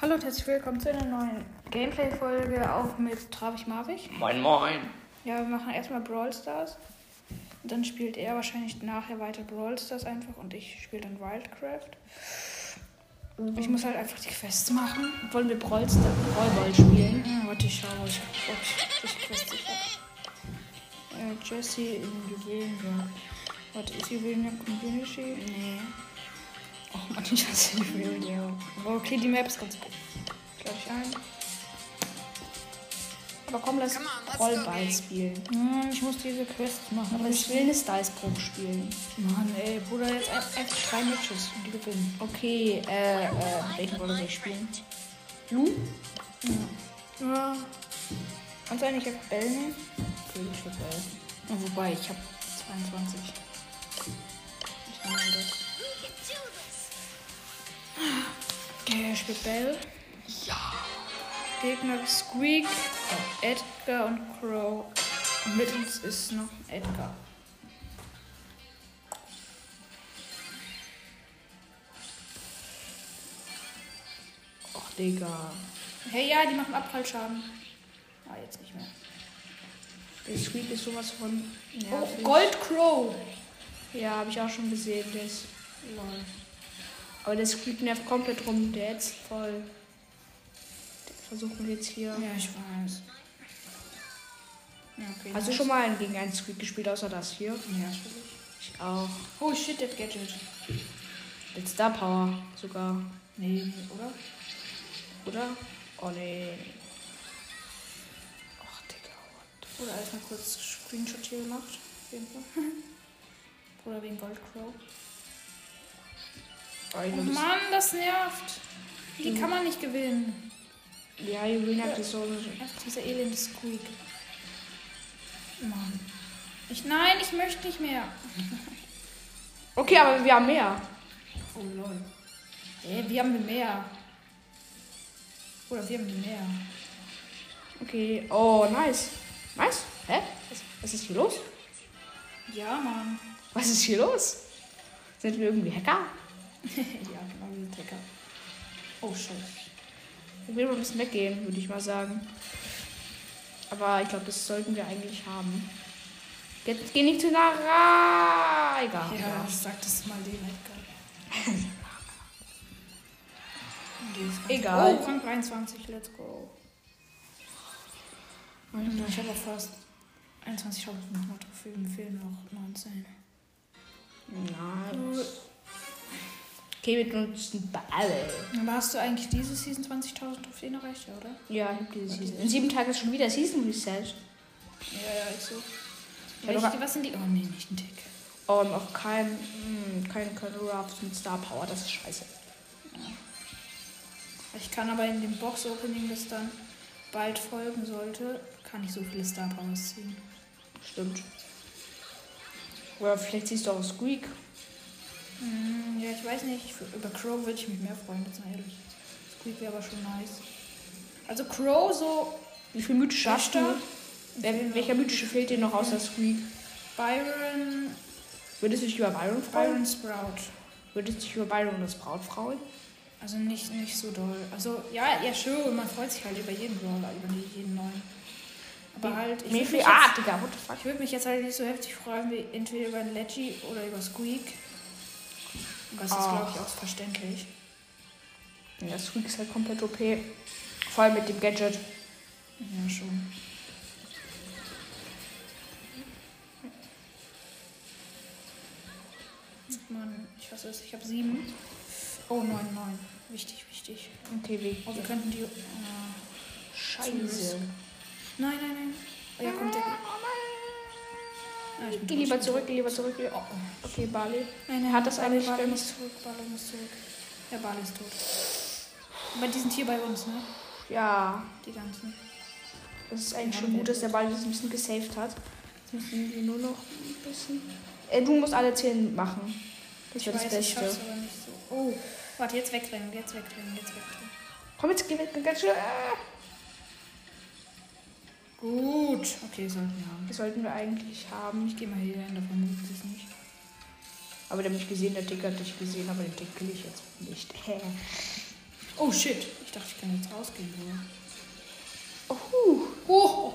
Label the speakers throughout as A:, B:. A: Hallo und herzlich willkommen zu einer neuen Gameplay-Folge, auch mit Travich Marvich.
B: Moin, moin.
A: Ja, wir machen erstmal Brawl Stars. Und dann spielt er wahrscheinlich nachher weiter Brawl Stars einfach und ich spiele dann Wildcraft. Ich muss halt einfach die Quests machen.
C: Mhm. Wollen wir Brawl Stars Brawl spielen?
A: Ja, warte, ich schaue, ob ich, ob ich, ob ich Quests ich hab. Äh, Jesse in Juwelenjagd. Warte, ist Juwelenjagd Community? Nee. Oh Mann, ich hasse Juwelenjagd. Aber okay, die Map ist ganz gut. Gleich ein.
C: Aber komm, lass Brawl Ball spielen.
A: Hm, ich muss diese Quest machen.
C: Aber ich will eine Dice Probe spielen.
A: Mann, ey, Bruder, jetzt ein- einfach drei Matches und die gewinnen.
C: Okay, äh, äh, welchen Ball soll ich spielen? Lu?
A: Ja. Kannst du eigentlich einfach Bell nehmen?
C: Okay, ich will Bell.
A: Ja, wobei, ich habe 22. Ich nehme mal das. Okay, er spielt Bell. Ja. Gegner ist Squeak, Edgar und Crow. Und mit uns ist noch Edgar.
C: Och, Digga.
A: Hey, ja, die machen Abfallschaden. Ah, jetzt nicht mehr. Der Squeak ist sowas von. Oh,
C: nervig.
A: Gold Crow! Ja, habe ich auch schon gesehen. Der ist.
C: Lol. Aber das Squeak nervt komplett rum. Der jetzt voll. Versuchen wir jetzt hier.
A: Ja, ich weiß. Ja, okay.
C: Hast du schon mal einen gegen einen Squeak gespielt, außer das hier?
A: Ja, natürlich.
C: Ich auch.
A: Oh shit, das Gadget.
C: Mit Star Power sogar.
A: Nee, oder?
C: Oder? Oh nee. Och, Digga.
A: Oder erstmal kurz Screenshot hier gemacht. Auf jeden Fall. Oder wegen Goldcrow.
C: Oh, ich
A: Oh
C: glaub, das-
A: Mann, das nervt. Die kann man nicht gewinnen.
C: Ja, Juwelen hat die so.
A: Einfach dieser elende Squeak. Mann. Ich, nein, ich möchte nicht mehr.
C: Okay, aber wir haben mehr.
A: Oh lol. Ey, wir haben mehr. Oder wir haben mehr.
C: Okay. Oh, nice. Nice? Hä? Was, was ist hier los?
A: Ja, Mann.
C: Was ist hier los? Sind wir irgendwie Hacker?
A: ja, genau, wir sind Hacker. Oh shit.
C: Wir will mal ein bisschen weggehen, würde ich mal sagen. Aber ich glaube, das sollten wir eigentlich haben. Jetzt geh nicht zu nah ran. Egal.
A: Ja, sag das mal dem Edgar.
C: Egal.
A: Oh, Rang 23, let's go. Ich habe auch fast 21 Schaden dafür, mir fehlen noch 19.
C: Nice. Okay, wir nutzen Ball.
A: Aber hast du eigentlich diese Season 20.000 Trophäen erreicht, ja, oder?
C: Ja, ich hab diese Season. In sieben Tagen ist schon wieder Season Reset.
A: Ja, ja, ich so.
C: Ja,
A: Welche,
C: aber-
A: was sind die? Oh, nee, nicht ein Tick.
C: Um, auf keinen, mh, keinen Conraft mit Star Power, das ist scheiße.
A: Ich kann aber in dem Box-Opening, das dann bald folgen sollte, kann ich so viele Star Powers ziehen.
C: Stimmt. Oder vielleicht siehst du auch Squeak.
A: Mm, Ja, ich weiß nicht. Für- Über Crow würde ich mich mehr freuen, jetzt mal ehrlich. Squeak wäre aber schon nice. Also Crow so
C: Wie viel mythische hast du?
A: Schlechter.
C: Wer, welcher mythische fehlt dir noch außer Squeak?
A: Byron,
C: Würdest du dich über Byron freuen?
A: Byron Sprout.
C: Würdest du dich über Byron das Braut freuen?
A: Also nicht, nicht so doll. Also ja, ja schön, man freut sich halt über jeden Brawler, über die- jeden neuen. Aber halt, ich
C: Mir
A: würde
C: viel
A: mich,
C: ah,
A: jetzt-
C: Digga, what the fuck?
A: ich würd mich jetzt halt nicht so heftig freuen wie entweder über Leggy oder über Squeak. Und Das ist,
C: Ah.
A: glaube ich, auch verständlich.
C: Ja, Squeak ist halt komplett OP. Vor allem mit dem Gadget.
A: Ja, schon. Mann, ich hasse es. Ich habe sieben. Oh, neun, neun. Wichtig, wichtig.
C: Okay, wie?
A: Oh, wir könnten die. Äh,
C: Scheiße.
A: nein, nein, nein. Oh, ja, kommt der. Ah, ich bin
C: Geh lieber
A: tot.
C: zurück, geh lieber zurück.
A: Oh, oh.
C: Okay, Bali.
A: Nein, nein,
C: Hat das
A: Barley,
C: eigentlich
A: Barley
C: denn-
A: muss zurück, Barley muss zurück. Der Barley ist tot. Aber die sind hier bei uns, ne?
C: Ja,
A: Die ganzen.
C: Das ist eigentlich schon gut, dass der Ball das ein bisschen gesaved hat. Jetzt müssen wir nur noch ein bisschen. Äh, du musst alle 10 machen. Das
A: Ich
C: wäre das
A: weiß, ich schaff's
C: Beste.
A: aber nicht so. Oh, warte, jetzt wegrennen, jetzt wegrennen, jetzt wegrennen.
C: Komm, jetzt geh weg, ganz schnell. Äh,
A: Gut. Okay, sollten wir haben.
C: Das sollten wir eigentlich haben.
A: Ich gehe mal hier rein, da vermuten sie es nicht.
C: Aber der hat mich gesehen, der Tick hat dich gesehen, aber den Tick will ich jetzt nicht. Hä?
A: Oh shit. Ich dachte, ich kann jetzt rausgehen, Bruder.
C: Oh,
A: Oh!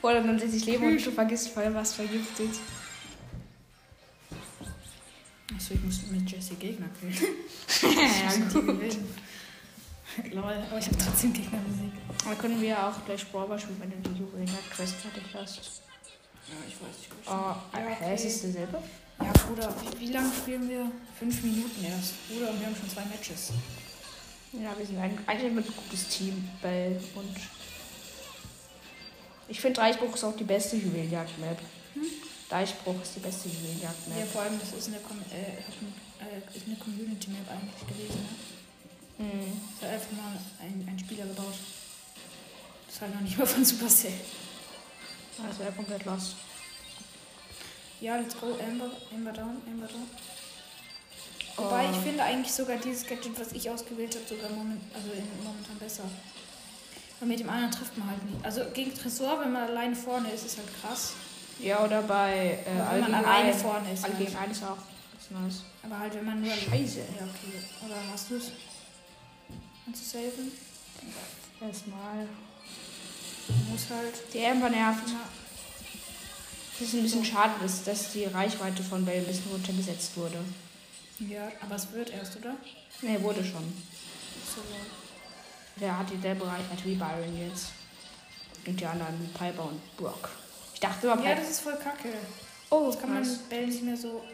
C: Oder dann setzt sich Leben und du vergisst voll was vergiftet.
A: Achso, ich muss mit Jesse Gegner killen.
C: ja, gut.
A: Lol, aber ich habe trotzdem Gegner besiegt.
C: Dann können wir ja auch gleich Brawler spielen, wenn du die Juwelen-Quest fertig hast.
A: Ja, ich weiß nicht.
C: Oh, hä, ist es derselbe?
A: Ja, Bruder, wie, wie lange spielen wir? Fünf Minuten erst. Bruder, und wir haben schon zwei Matches.
C: Ja, wir sind ein- eigentlich mit ein gutes Team, Bell und. Ich finde Deichbruch ist auch die beste Juwelenjagd-Map.
A: Hm?
C: Deichbruch ist die beste
A: Ja,
C: Juwelenjagd-Map.
A: vor allem, das ist eine, Com äh, hat ein- äh, ist eine Community Map eigentlich gewesen. Ne?
C: Mhm.
A: Das hat einfach mal ein, ein Spieler gebaut. Das ist halt noch nicht mal von Supercell.
C: Also er komplett lost.
A: Ja, let's go, Amber, Amber down, Amber down.
C: Oh.
A: Wobei, ich finde eigentlich sogar dieses Gadget, was ich ausgewählt habe, sogar moment, also in, momentan besser. Weil mit dem anderen trifft man halt nicht. Also gegen Tresor, wenn man alleine vorne ist, ist halt krass.
C: Ja, oder bei äh,
A: Aber wenn man
C: All
A: alleine
C: gegen ein.
A: vorne ist.
C: All
A: Halt.
C: gegen eins auch. Ist nice.
A: Aber halt, wenn man nur.
C: Scheiße.
A: Ja, okay. Oder hast du es? Kannst du saven?
C: Erstmal.
A: Muss halt.
C: Die Amber nervt.
A: Ja.
C: Es ist ein bisschen schade, dass, dass die Reichweite von Bell ein bisschen runtergesetzt wurde.
A: Ja, aber es wird erst, oder?
C: Ne, wurde schon.
A: So,
C: Der hat dieselbe Reichweite wie Byron jetzt. Und die anderen wie Piper und Brock. Ich dachte immer,
A: ja,
C: Piper.
A: das ist voll kacke.
C: oh,
A: Das kann man
C: nice.
A: mit Bällen nicht mehr so.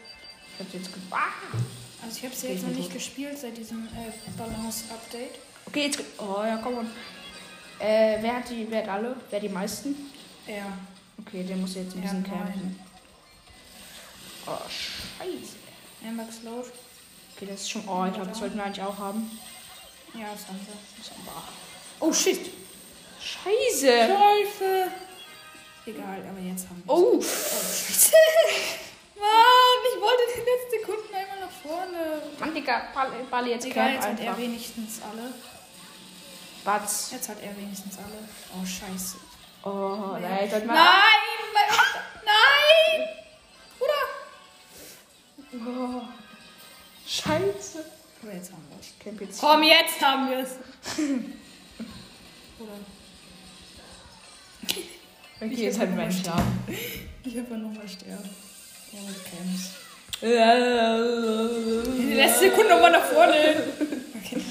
C: Ich hab's jetzt. ge- Ah!
A: Also, ich habe sie
C: Geht
A: jetzt noch
C: mir
A: nicht
C: gut.
A: gespielt seit diesem äh, Balance-Update.
C: Okay, jetzt. ge- Oh, ja, komm on. Äh, wer hat die. Wer hat alle? Wer die meisten?
A: Ja.
C: Okay, der muss jetzt ein bisschen
A: Ja, nein.
C: kämpfen. Oh, Scheiße.
A: Amber's Load.
C: Okay, das ist schon. Oh, ich glaube, das sollten wir eigentlich auch haben.
A: Ja, das haben sie.
C: Das ist aber- Oh, shit. Scheiße.
A: Läufe! Egal, aber jetzt haben wir
C: Oh,
A: Mann, ich wollte die letzten Sekunden einmal nach vorne.
C: Mann, Digga, Balle, Balle jetzt
A: Egal,
C: knapp
A: jetzt hat er
C: einfach.
A: wenigstens alle.
C: Batz.
A: Jetzt hat er wenigstens alle. Oh, scheiße.
C: Oh, nein, ich sollte mal.
A: Nein! mein- Nein! Bruder!
C: Oh. Scheiße.
A: Aber jetzt haben wir es.
C: Camp jetzt.
A: Komm, jetzt haben wir es. Bruder,
C: Okay,
A: Ich
C: jetzt
A: hab
C: halt mein
A: Hunger.
C: Schlaf.
A: ich will nochmal sterben. Oh, Ja, du kämpfst. Die
C: Die
A: letzte Sekunde nochmal nach vorne. Okay.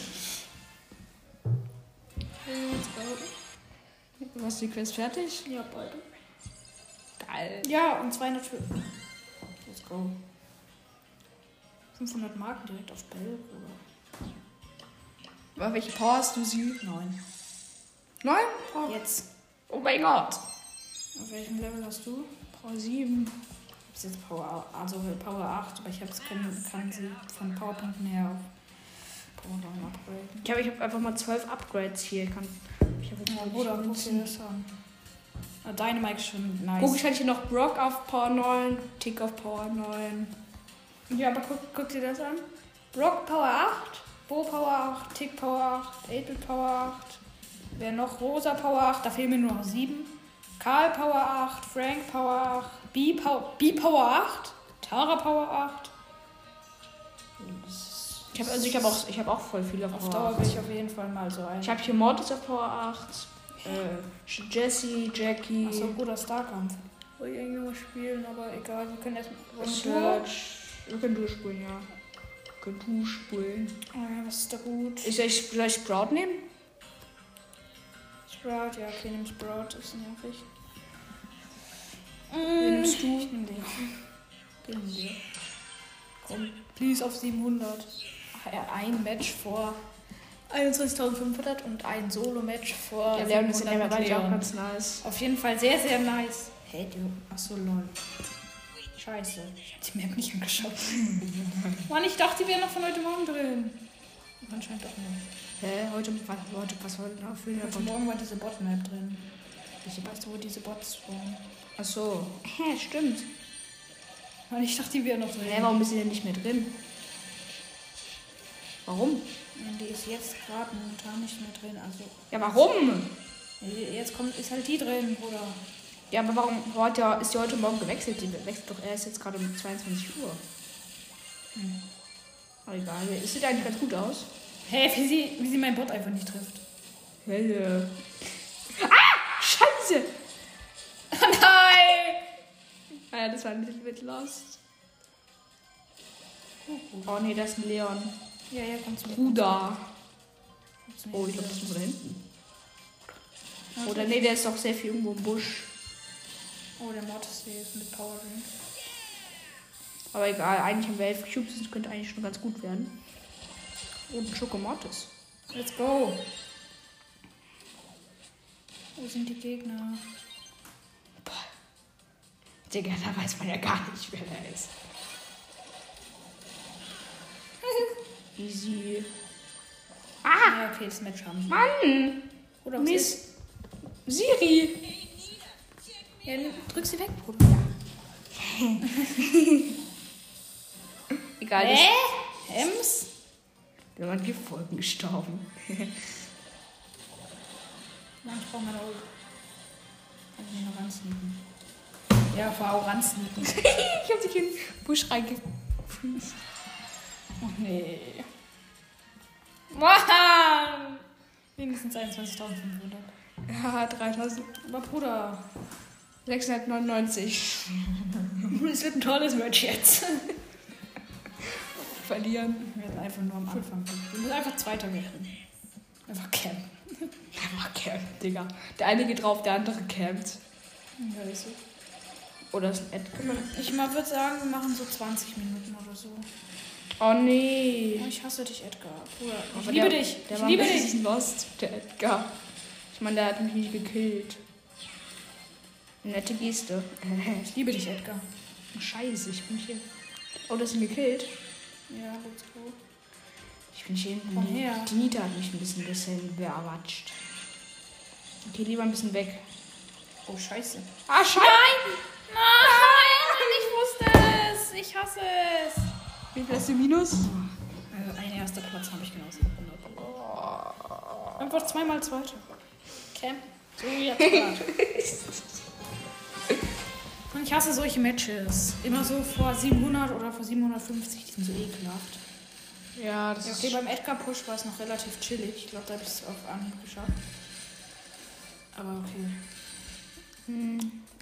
C: Du hast die Quest fertig?
A: Ja, beide.
C: Geil.
A: Ja, und 200 für... Let's go. 500 Marken direkt auf Bell, Bruder.
C: Aber welche Power hast du sie?
A: Nein.
C: Neun?
A: Jetzt.
C: Oh mein Gott.
A: Auf welchem Level hast du?
C: Power sieben.
A: Ich hab's jetzt Power, also Power 8, aber ich hab's können, kann sie von Powerpunkten her auf Power 9 upgraden.
C: Ich habe ich hab einfach mal zwölf Upgrades hier. Ich kann, ich hab jetzt
A: Ja,
C: mal
A: Bruder,
C: nicht
A: guck dir das an. Ah, Dynamite ist schon nice.
C: Guck, ich hatte hier noch Brock auf Power 9, Tick auf Power 9.
A: Ja, aber guck, guck dir das an. Brock Power 8, Bo Power 8, Tick Power 8, April Power 8. Wer noch? Rosa Power 8, da fehlen mir nur noch 7. Karl Power 8, Frank Power 8, B Power, B Power 8, Tara Power 8. Das ist-
C: Ich habe also ich hab auch, ich hab auch voll viele auf
A: Auf
C: Power
A: Dauer will
C: 8.
A: ich auf jeden Fall mal so ein.
C: Oh. Ich habe hier Mortis auf Power 8, äh, Jessie, Jackie,
A: Ach so, ein guter Starkampf. Wollte ich eigentlich noch spielen, aber egal, wir können erstmal. Äh,
C: Search. Wir können durchspulen, ja. Wir können
A: Hm.
C: durchspulen.
A: was ist da gut?
C: Ich soll, ich soll ich Sprout nehmen?
A: Sprout, ja, okay, nimm Sprout, ist nervig.
C: Wen
A: Mm.
C: nimmst du?
A: Ich nehm den. Den hier. Komm, please auf 700. Ach, ja, ein Match vor 21.500 und ein Solo-Match vor.
C: Ja, Leon ist in
A: 700 mit
C: der Welt auch
A: Leon.
C: ganz nice.
A: Auf jeden Fall sehr, sehr nice. Hey, du. Achso, lol. Scheiße. Ich hab die Map nicht angeschaut. Mann, ich dachte, die wäre noch von heute Morgen drin. Anscheinend doch nicht.
C: Hä, heute, was, heute, was war denn da für
A: Heute
C: eine
A: Morgen war diese Bot-Map drin. Ich weiß, wo diese Bots waren.
C: Achso. Hä, stimmt.
A: Mann, ich dachte, die wäre noch
C: Hä,
A: drin.
C: warum ist sie denn nicht mehr drin? Warum?
A: Hm, Die ist jetzt gerade momentan nicht mehr drin. Also,
C: Ja, warum?
A: jetzt kommt, ist halt die drin, Bruder.
C: Ja, aber warum heute, ist die heute Morgen gewechselt? Die wechselt doch erst jetzt gerade um 22 Uhr. Hm.
A: Hm.
C: Aber egal, es sieht eigentlich ganz gut aus.
A: Hä, hey, wie sie, wie sie meinen Bot einfach nicht trifft.
C: Hölle. Ah! Scheiße! Nein! Naja, Ah das war ein little bit lost. Oh nee, das ist ein Leon.
A: Ja, ja, komm zu mir.
C: Bruder.
A: komm zu mir.
C: Oh, ich glaube, das muss da hinten.
A: Ja,
C: Oder nee, der ist doch safe hier irgendwo im Busch.
A: Oh, der Mortis hier ist mit Power Ring.
C: Aber egal, eigentlich haben wir 11 Cubes, das könnte eigentlich schon ganz gut werden. Und ein Schokomattes.
A: Let's go. Wo sind die Gegner?
C: Boah. Digga, da weiß man ja gar nicht, wer der ist. Easy. Ah!
A: Ja, okay, das Match haben wir.
C: Mann!
A: Oder was ist?
C: Miss. Siri!
A: Ja, drück sie weg, Bruder.
C: Egal, das-
A: Hä? Ems?
C: Wir waren die Folgen gestorben.
A: Nein, ich brauche meine Ult. Kann ich noch ransneaken. Ja, vor auch ransneaken.
C: ich hab dich in den Busch reingefriest.
A: Oh nee.
C: Mann!
A: Wenigstens 21.500.
C: Ja, 3000.
A: Aber Bruder,
C: 699.
A: es wird ein tolles Merch jetzt.
C: Verlieren.
A: Wir werden einfach nur am Anfang. Wir müssen einfach Zweiter werden. Einfach campen.
C: Einfach camp, Digga. Der eine geht drauf, der andere campt.
A: Ja, ist so.
C: Oder ist ein Edgar.
A: Ich mal würde sagen, wir machen so 20 Minuten oder so.
C: Oh
A: Oh,
C: nee.
A: ich hasse dich, Edgar. Bruder, ich
C: Aber
A: liebe
C: der,
A: dich.
C: Der
A: ich
C: war
A: liebe
C: ein
A: dich.
C: bisschen lost, der Edgar. Ich meine, der hat mich nicht gekillt. Nette Geste.
A: Ich liebe dich, Edgar.
C: Scheiße, ich bin hier. Oh, das ist ihn gekillt.
A: Ja, let's go.
C: Ich bin hier hinten.
A: Komm her.
C: Die Nita hat mich ein bisschen, bisschen beawatscht. Okay, lieber ein bisschen weg.
A: Oh, scheiße.
C: Ah, scheiße!
A: Nein! Ich wusste es! Ich hasse es!
C: Wie viel hast du Minus?
A: Also ein erster Platz habe ich genauso. Einfach zweimal zweiter. Okay. So jetzt grad. Und ich hasse solche Matches. Immer so vor 700 oder vor 750, die sind so ekelhaft.
C: Ja, das
A: Ja, okay, beim Edgar Push war es noch relativ chillig. Ich glaube, da habe ich es auf Anhieb geschafft. Aber okay.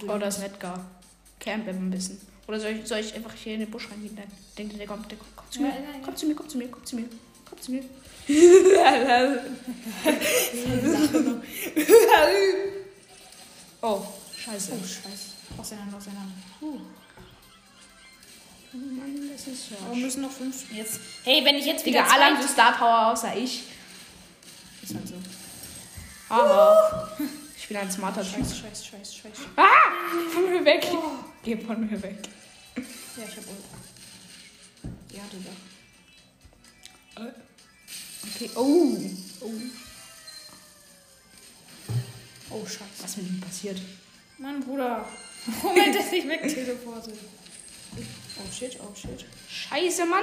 C: Oh, das ist ein Edgar. Camp immer ein bisschen. Oder soll ich, soll ich einfach hier in den Busch reingehen? Nein. Denkt ihr, der kommt, der kommt, kommt zu
A: Ja,
C: mir.
A: ja, ja.
C: Kommt zu mir, kommt zu mir, kommt zu mir. Kommt zu mir. oh, scheiße.
A: Oh, scheiße. Auseinander, auseinander. Huh.
C: Mann, das ist ja.
A: Aber wir Oh, müssen noch fünf. Jetzt. Hey, wenn ich jetzt wieder.
C: Digga, alle haben so Star Power außer ich.
A: zweit- Ist halt so.
C: Aber ich bin ein smarter Typ. Oh.
A: Scheiße, scheiße, scheiße, scheiße.
C: Von mir weg. Geh von mir weg.
A: Ja, ich hab Ult. Ja, Digga.
C: Okay. Oh. oh.
A: Oh, scheiße.
C: Was ist mit ihm passiert?
A: Mann, Bruder. Warum hält er sich weg teleportet? Oh shit, oh shit.
C: Scheiße, Mann.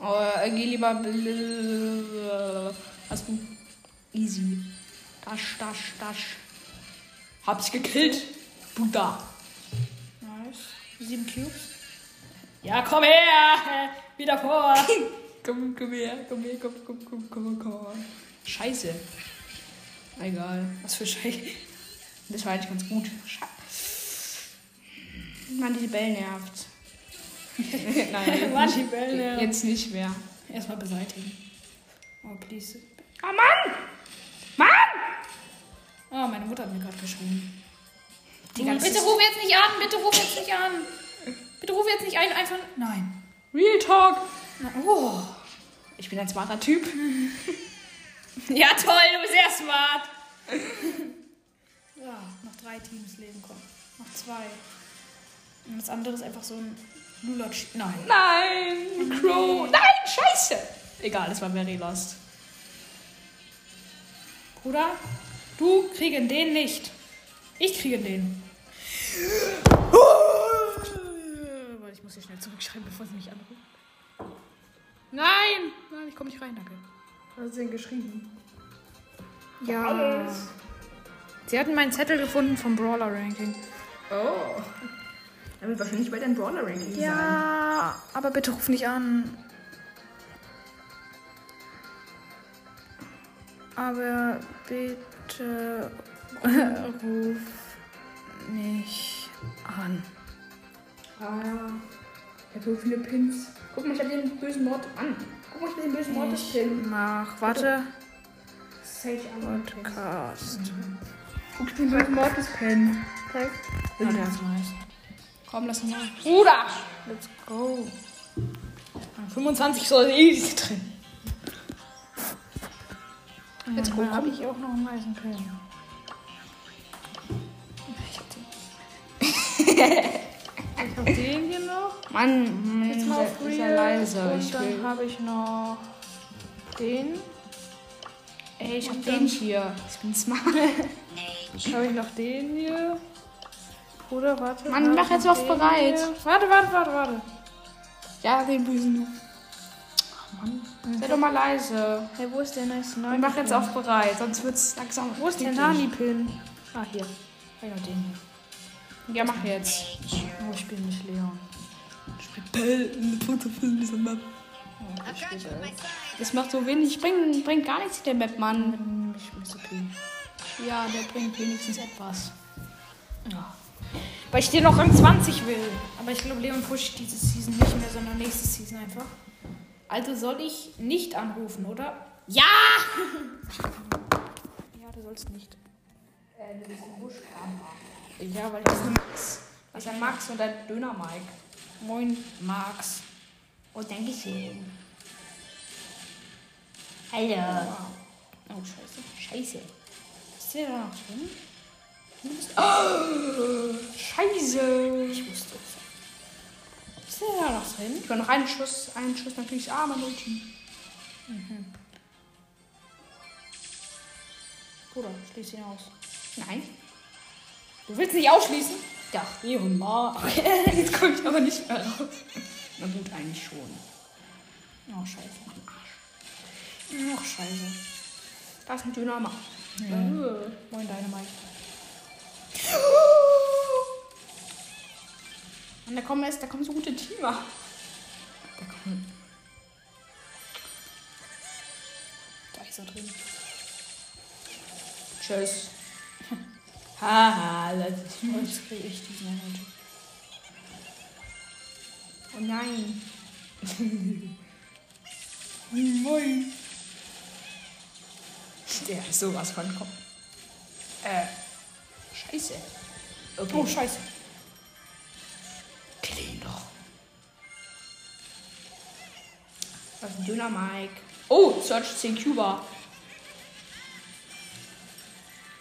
C: Oh, äh, geh lieber. bl- Hast du. Easy. Dasch, dasch, dasch. Hab ich gekillt. Buddha.
A: Nice. Sieben Cubes. Ja, komm her! Wieder vor!
C: Komm, komm her, komm her, komm, komm, komm, komm, komm. Scheiße. Egal.
A: Was für Scheiße.
C: Das war eigentlich ganz gut. Scha Mann, diese Bälle nervt. Nein,
A: Mann, die Bälle.
C: jetzt nicht mehr.
A: Erstmal beseitigen. Oh, please.
C: Oh Mann! Mann!
A: Oh, meine Mutter hat mir gerade geschrieben.
C: Digga, das
A: bitte
C: ist-
A: ruf jetzt nicht an, bitte ruf jetzt nicht an. Bitte ruf jetzt nicht ein, einfach. Nein.
C: Real Talk!
A: Na, oh.
C: Ich bin ein smarter Typ.
A: Ja, toll, du bist sehr smart. ja, noch drei Teams leben kommen. Noch zwei. Und das andere ist einfach so ein Lulatsch. Nein.
C: Nein! Crow! Nein! Scheiße! Egal, das war very lost.
A: Bruder, du kriegen den nicht. Ich kriege den. Warte, ich muss hier schnell zurückschreiben, bevor sie mich anrufen. Nein! Nein, ich komme nicht rein, danke.
C: Hast du denn geschrieben?
A: Ja. Sie hatten meinen Zettel gefunden vom Brawler Ranking.
C: Oh. Er wird wahrscheinlich bei deinem Brawler-Ranking
A: Ja, aber bitte ruf nicht an. Aber bitte ruf mich an.
C: Ah ja. Ich hab so viele Pins. Guck mal, ich hab den bösen Mord an. Guck mal, ich hab den bösen Mord des
A: Ich
C: Pin.
A: mach. Warte.
C: Sage an.
A: Podcast.
C: Guck, ich hab den bösen Mord des Pin. Okay. Ah,
A: Ja, der ist nice.
C: Komm, lass uns mal. Bruder!
A: Let's go.
C: 25 soll easy drin.
A: Jetzt
C: Jetzt
A: ja, habe
C: gucken.
A: ich auch noch einen weißen Film. Ich hab den. ich hab den hier noch.
C: Mann, Mann
A: Jetzt mal auf
C: ist
A: Real.
C: ja leise.
A: Und
C: Ich
A: dann
C: will.
A: habe ich noch den.
C: Ey, ich hab
A: und
C: den
A: dann-
C: hier. Ich bin smart.
A: Dann habe ich noch den hier. Oder warte.
C: Mann,
A: dann
C: mach
A: hab ich
C: jetzt
A: noch
C: was
A: den
C: bereit.
A: hier. Warte, warte, warte, warte.
C: Ja, den bösen Mord. Ach,
A: Mhm.
C: Mann. Sei doch mal leise.
A: Hey, wo ist der nice
C: Ich mach jetzt auf bereit, sonst wird's langsam.
A: Wo ist der
C: eklig.
A: Nani-Pin? Ah, hier. Hab Ich noch den hier.
C: Ja, mach jetzt.
A: Oh, ich bin nicht Leon.
D: I've got you on my side.
C: Das macht so wenig. Bringt, bringt gar nichts der Map, Mann.
A: Hm, Ich bin so okay.
C: Ja, der bringt wenigstens etwas.
A: Ja.
C: Weil ich dir noch Rang 20 will.
A: Aber ich glaube, Leon pusht diese Season nicht mehr, sondern nächste Season einfach.
C: Also soll ich nicht anrufen, oder? Ja!
A: Ja, du sollst nicht.
C: Äh, das ist ein Buschkram. Ja, weil das ist ein Max. Das ist ein Max und ein Döner Mike. Moin, Max.
D: Oh, danke schön. Hallo.
C: Oh, scheiße.
D: Scheiße.
C: Ist der da noch drin? Du bist- Oh, scheiße. Ich wusste es. Ist der da noch drin? Ich war noch einen Schuss, einen Schuss natürlich. Ah, mein Ulti. Mhm. Bruder, schließ ihn aus. Nein. Du willst nicht ausschließen? Ja, hier und mal. Jetzt komme ich aber nicht mehr raus. Na gut, eigentlich schon. Oh, scheiße. am Arsch. Ach, scheiße. Da ist ein Dynamo. Äh, Moin, Dynamite. Und da kommen erst, da kommen so gute Teamer.
A: Da kommt.
C: Da ist er drin. Tschüss. Haha, Leute.
A: Jetzt kriege ich diesen Energy.
C: Oh nein. Moin. Der ist sowas von kommen. Äh. Scheiße. Oh, scheiße. Kill ihn doch. Das ist ein Döner Mike. Oh, Search 10 Cuba.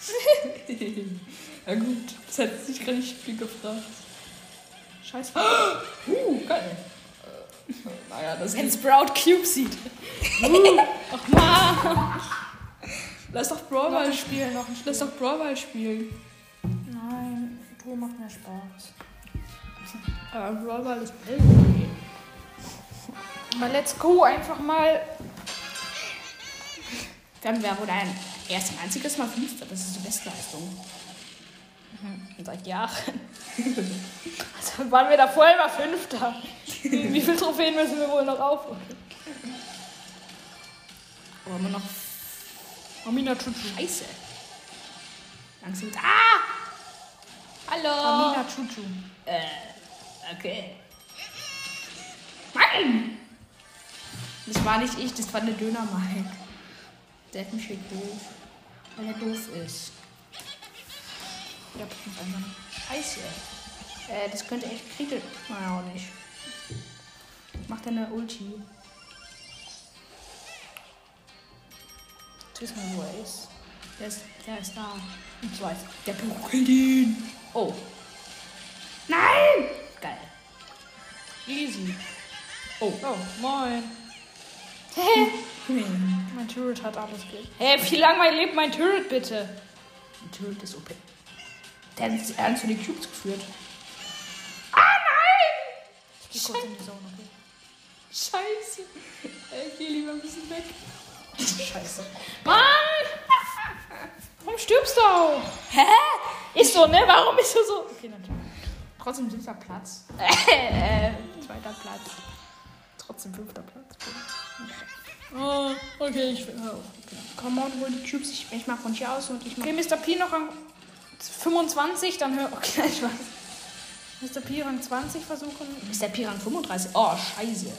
C: Na gut, das hat sich gar nicht viel gefragt. Scheiße. Uh, geil. Äh, Naja, das ist ein Sprout Cube Seed. Uh, ach man. Lass doch Brawl spielen.
A: noch ein Spiel.
C: Lass doch Brawl spielen.
A: Nein, du macht mir Spaß.
C: Aber Brawl ist irgendwie.
A: Aber let's go einfach mal.
C: Dann wäre wohl ein erst und einziges Mal Fünfter. Das ist die Bestleistung. Mhm. Und seit Jahren.
A: Also waren wir da vorher mal Fünfter. Wie wie viele Trophäen müssen wir wohl noch aufholen?
C: Aber Oh, immer noch
A: Amina Chuchu.
C: scheiße. Langsam. Ah! Hallo! Äh,
A: Amina Chuchu.
C: Okay. Mann! Das war nicht ich, das war der Döner Mike. Der hat mich hier doof. Weil er doof ist. Ja, das ist einfach nicht. Scheiße. Äh, das könnte echt kritisch. Naja, auch nicht. Mach deine Ulti. Tschüss, mein Waze. Der ist, der ist da. Ich weiß. Der pinkelt ihn. Oh. Nein! Geil. Easy. Oh.
A: Oh, moin.
C: Hä?
A: Mein Turret hat alles Glück.
C: Hä, wie lange lebt mein Turret bitte? Mein Turret ist OP. Der hat jetzt ernst zu den Cubes geführt. Ah, nein!
A: Ich geh kurz in die Zone, okay?
C: Scheiße. Ich geh lieber ein bisschen weg.
A: Scheiße.
C: Mann!
A: Warum stirbst du auch? Hä? Ist so, ne? Warum ist du so? Okay, natürlich.
C: Trotzdem siebter Platz.
A: Äh, zweiter Platz. Trotzdem fünfter Platz.
B: Oh, okay, ich will. Oh.
A: Come on, hol die Cubes. Ich, ich mach von hier aus und ich mach.
B: Okay, Mr. P noch an 25, dann hör. Okay, ich weiß. Mr. P Rang 20 versuchen. Mr. P Rang 35. Oh, scheiße.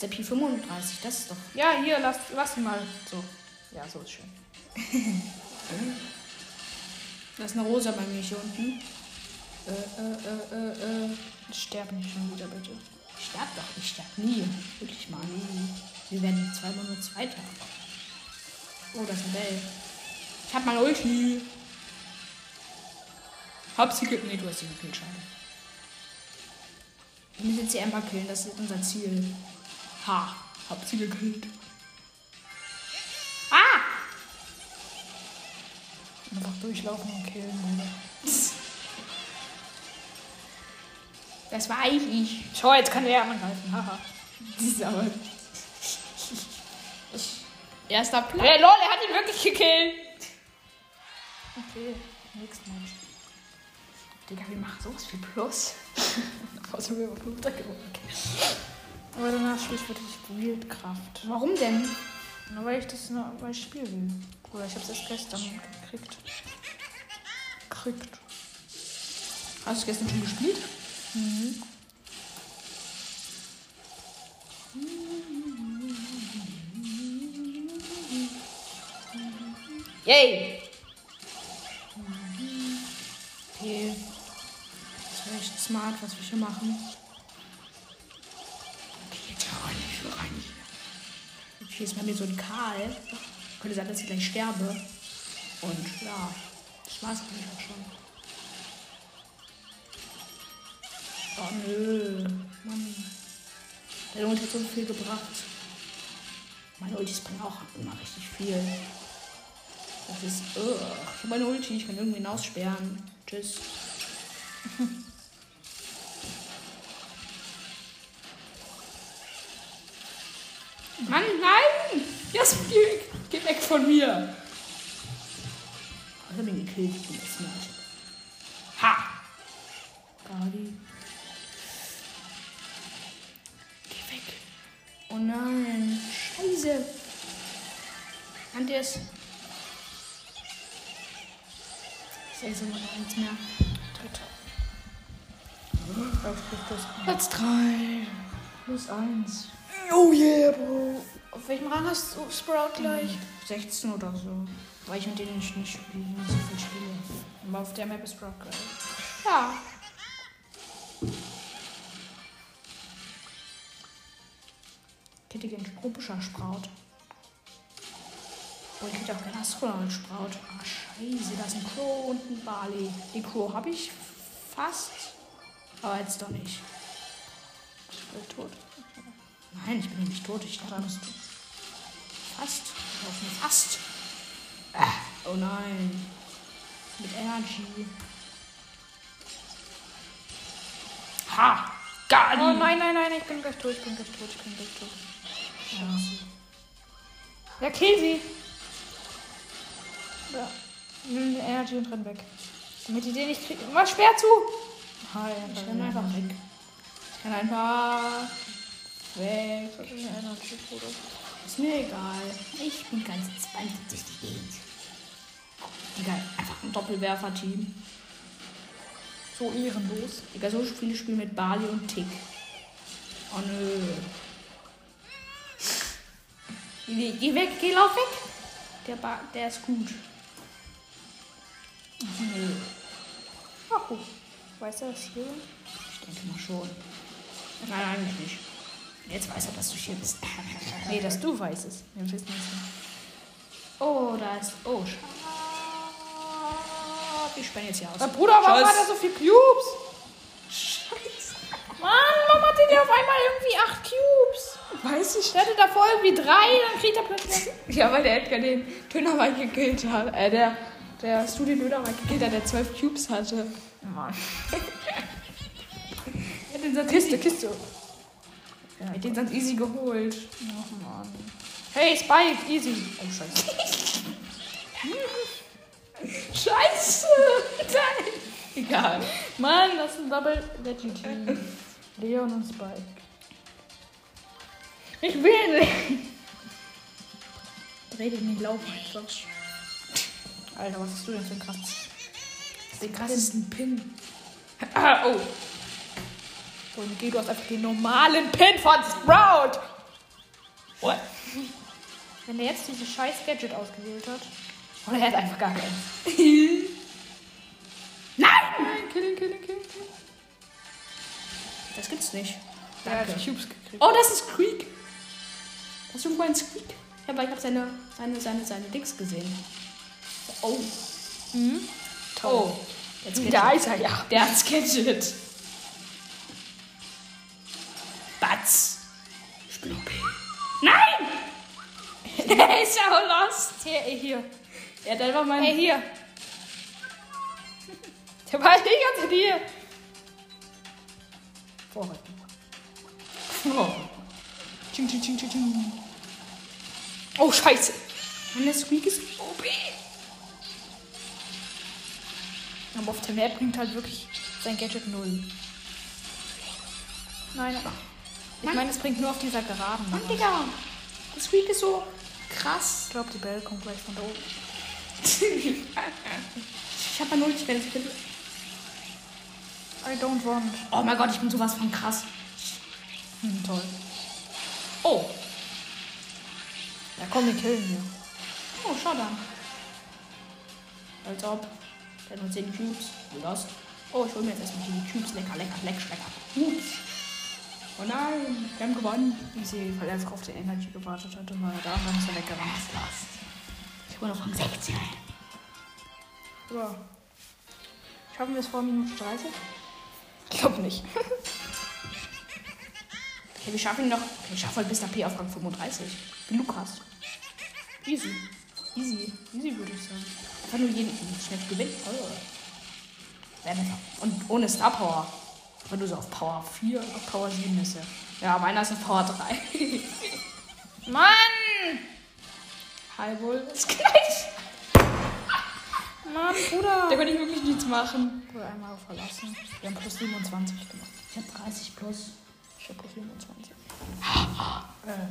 C: Mr. P 35, das ist doch.
B: Ja, hier, lass, lass ihn mal. So. Ja, so ist schön. da ist eine Rosa bei mir hier unten. Äh, äh, äh, äh, äh. Sterb nicht schon wieder, bitte.
C: Ich sterb doch, ich sterb nie. Wirklich mal nie. Wir werden zweimal nur Zweiter.
B: Oh, das ist ein Bell. Ich hab mal Ulti. Hab sie gekillt. Nee, du hast sie gekillt, schade.
C: Wir müssen jetzt die Ember killen, das ist unser Ziel.
B: Ha, hab sie gekillt. Ah! Einfach durchlaufen und killen, Alter.
C: Das war ich.
B: So, jetzt kann der angreifen. Haha.
C: Dieser.
B: Erster Platz. Hey, lol, er hat ihn wirklich gekillt.
A: Okay, nächstes Mal.
C: Digga, wir machen sowas viel Plus.
B: Außer wir haben Fünfter gewonnen.
A: Aber danach spiele ich wirklich Wildkraft.
C: Warum denn?
A: Nur weil ich das nur, weil ich spielen will. Bruder, ich hab's erst gestern gekriegt. Kriegt.
B: Hast du gestern schon gespielt? Yay!
A: Okay. Das wäre echt smart, was wir hier machen.
C: Geht ja rein, ich will rein. Jetzt schießt bei mir so ein Karl. Könnte sein, dass ich gleich sterbe. Und ja, das war's eigentlich auch schon. Oh nö, Mann. Der Hund hat so viel gebracht. Meine Ultis bringen auch immer richtig viel. Das ist. Ugh. Ich habe meine Ulti, ich kann irgendwen aussperren. Tschüss.
B: Mann, nein! Yes, geh weg. Geh weg von mir!
C: Ich habe ihn gekillt. Ich bin echt smart.
B: Ha!
C: Gadi.
A: Geh weg. Oh nein.
C: Scheiße.
A: Hand ist. Ich esse immer noch nichts mehr. Dritter. Auf plus
B: Platz 3.
A: plus eins.
B: Oh yeah, Bro.
A: Auf welchem Rang hast du Sprout gleich?
C: 16 oder so. Weil ich mit denen nicht nicht spiele, nicht so viel spiele.
A: Aber auf der Map ist Sprout gleich.
C: äh,
B: Ja.
C: Kitty gegen tropischer Sprout. Oh, ich hätte auch gerne Astronaut Sprout. Ah, scheiße, da ist ein Crow und ein Barley. Die Crow habe ich fast, aber jetzt doch nicht.
A: Ich bin tot.
C: Nein, ich bin noch nicht tot. Ich dachte, du bist tot. Fast. Auf mir fast. Ah, oh nein. Mit Energy.
B: Ha! Gar
A: Oh nein, nein, nein, ich bin gleich tot, ich bin gleich tot, ich bin gleich tot.
C: Ja.
A: Ja, kill sie. Ja. Nimm die Energy und renn weg. Damit die den nicht kriegen. Mach schwer zu. Nein,
C: Ich renne einfach weg.
A: Ich renn einfach weg. Ich hab keine Energy, Bruder.
C: Ist mir egal. Ich bin ganz entspannt durch die Gegend. Digga, einfach ein Doppelwerfer-Team.
B: So ehrenlos.
C: Digga, so viele Spiele mit Bali und Tick. Oh nö. Geh, geh weg, geh lauf weg. Der, ba der ist gut. Ach nö.
A: Ach, gut. Weißt du, was hier war?
C: Ich denke mal schon. Nein, eigentlich nicht. Jetzt weiß er, dass du hier bist. nee, dass du weißt es. Wir wissen es nicht. Oh, da ist. Oh, schade. Wir sperren jetzt hier aus.
B: Aber Bruder, warum
C: Tschüss.
B: hat er so viel Cubes? Scheiße. Mann, warum hatte der auf einmal irgendwie 8 Cubes?
C: weiß ich.
B: Der hatte davor irgendwie 3, dann kriegt er plötzlich.
A: Ja, weil der Edgar den Dönermann gekillt hat. Äh, der, der Studio Dönermann gekillt hat, der zwölf Cubes hatte.
C: Mann.
A: Er hat den Satz Kiste, Kiste.
C: Ja,
A: Er hat den Satz easy geholt.
C: Ach,
A: Oh,
C: Mann.
B: Hey, Spike, easy.
C: Oh, Scheiße.
B: Scheiße! Nein! Egal. Mann, das ist ein Double Veggie Team. Leon und Spike.
A: Ich will nicht.
C: Dreh dich nicht lauf, einfach. Alter, was hast du denn für ein krasses? Den krassesten Pin.
A: Ah, oh. Und geh, du hast einfach den normalen Pin von Sprout. What? Wenn er jetzt dieses scheiß Gadget ausgewählt hat. Oder er hat einfach gar keins.
E: Nein, kill ihn, kill ihn, kill ihn. kill ihn.
C: Das gibt's nicht.
A: Er hat
C: Danke.
A: Cubes gekriegt.
C: Oh, das ist Squeak. Hast du irgendwo einen Squeak? Ja, aber ich habe seine, seine, seine, seine Dings gesehen. Oh.
A: Mhm.
C: Hm? Toll. Der hat's
A: Da ist er, ja.
C: Der hat's gadget. Batz. Schlumpy. Nein! Der ist ja lost.
A: Hier, ey, hier.
C: Er hat einfach mal.
A: Ey, hier. Der war die ganze Zeit hier.
C: Vorrücken.
A: Ching, ching, ching, ching, ching. Oh, scheiße.
C: Mann, der Squeak ist.
A: OP. Aber auf der Map bringt halt wirklich sein Gadget null. Nein, aber- ich
C: Mann.
A: meine, es bringt nur auf dieser Geraden.
C: Mann, Digga. Der Squeak ist so krass.
A: Ich glaube, die Belle kommt gleich von da oben.
C: Ich hab mal null, ich werde es finden.
A: I don't want.
C: Oh mein Gott, ich bin sowas von krass.
A: Hm, toll.
C: Oh.
A: Ja, komm, wir killen hier.
C: Oh, schau da. Als ob. Der hat nur 10 Cubes. Du lost. Oh, ich hol mir jetzt erstmal die Cubes. Lecker, lecker, lecker, lecker. Ups. Oh nein, wir haben gewonnen.
A: Easy, weil er einfach auf die Energy gewartet hat und war da und dann ist er weggerannt.
C: Ich bin auf Rang 16.
A: So. Schaffen wir es vor Minute 30? Ich glaube nicht.
C: Okay, wir schaffen ihn noch. Okay, ich schaffe halt bis nach P auf Rang 35. Wie Lukas.
A: Easy. Easy. Easy würde ich sagen.
C: Einfach nur jeden schnell gewinnen. Oh. Werden wir- Und ohne Star Power. Wenn du so auf Power 4, auf Power 7 ist er. Ja, meiner ist auf Power 3.
A: Mann!
C: Hi wohl. Ist gleich.
A: Mann, Bruder!
C: Da konnte ich wirklich nichts machen.
A: Wurde einmal verlassen. Wir haben plus 27 gemacht.
C: Ich hab 30 plus.
A: Ich habe plus 27. äh.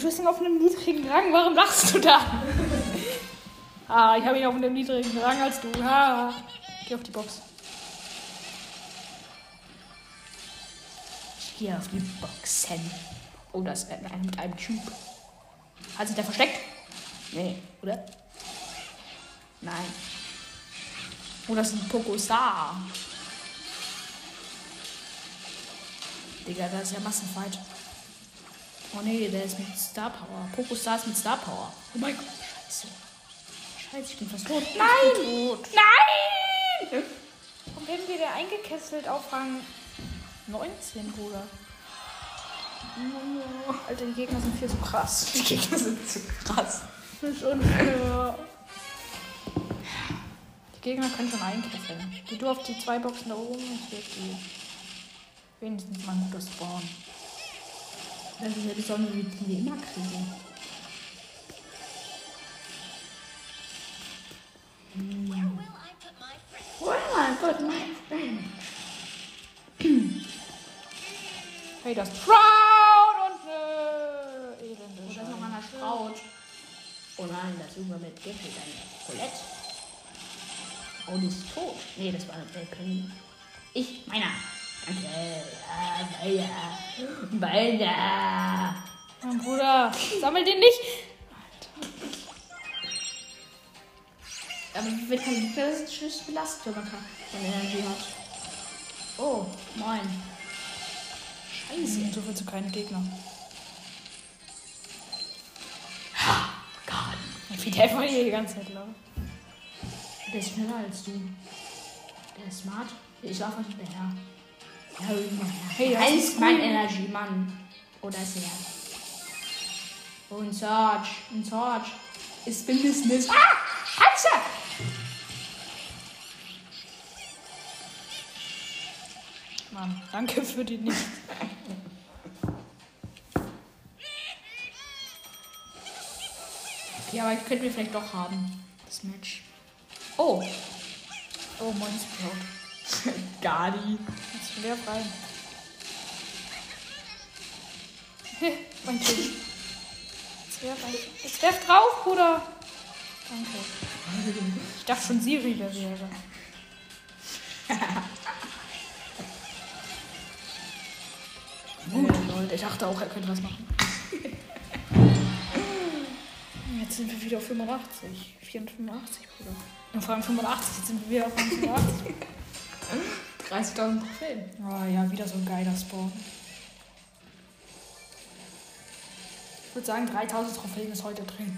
A: Du hast ihn auf einem niedrigen Rang. Warum lachst du da? ah, ich habe ihn auf einem niedrigen Rang als du. Ha. Geh auf die Box.
C: Ich gehe auf die Boxen. Oh, da ist einer mit einem Tube. Hat sich der versteckt? Nee, oder? Nein. Oh, das ist ein Pokostar. Digga, das ist ja Massenfight. Oh nee, der ist mit Star Power. Pokostar ist mit Star Power. Oh mein Gott, scheiße. Scheiße, ich bin fast tot. Nein! Nein!
A: Warum werden wir da eingekesselt auf Rang 19, Bruder? Alter, die Gegner sind viel zu krass.
C: Die Gegner sind zu krass.
A: Das ist unfair. Die Gegner können schon einkesseln. Geh du auf die zwei Boxen da oben und ich auf die. Wenigstens mal ein guter Spawn.
C: Das ist ja die Sonne, die die immer kriegen.
F: Will I put my friend?
A: Hey, das Proud und ne elende
C: Und das
A: Scheiße.
C: noch an der Straut. Oh nein, das suchen wir mit Giffel eine Colette. Oh, die ist tot. Nee, das war eine Balkon. Ich, meiner. Danke. Ja, meiner. Meiner.
A: Mein Bruder, sammel den nicht!
C: Aber wenn kein Gegner ist, tschüss, belastet, wenn man keine Energie hat. Oh, moin. Scheiße.
A: So viel zu keinen Gegner.
C: Gott.
A: Wie der von hier die ganze Zeit lang.
C: Der ist schneller als du. Der ist smart. Ich laufe nicht mehr her. Hey,
A: das
C: das
A: ist
C: ist mein Energy, Mann. Oh, da ist er. Oh, ein Search. Ein Search. Ich bin Miss Miss. Ah! Scheiße!
A: Mann, danke für die nicht.
C: Okay, aber ich könnte wir vielleicht doch haben. Das Match. Oh.
A: Oh, mein Sprout.
C: Gadi.
A: Jetzt werf rein. Mein Tisch. Jetzt werf, ein- jetzt werf drauf, Bruder. Danke. Ich dachte schon, Siri wäre wäre.
C: Gut, Leute, ich dachte auch, er könnte was machen.
A: Jetzt sind wir wieder auf 85. 485, Bruder. Und vor allem 85, jetzt sind wir wieder auf 85.
C: 30.000 Trophäen.
A: Ah ja, wieder so ein geiler Spawn.
C: Ich würde sagen, 3.000 Trophäen ist heute drin.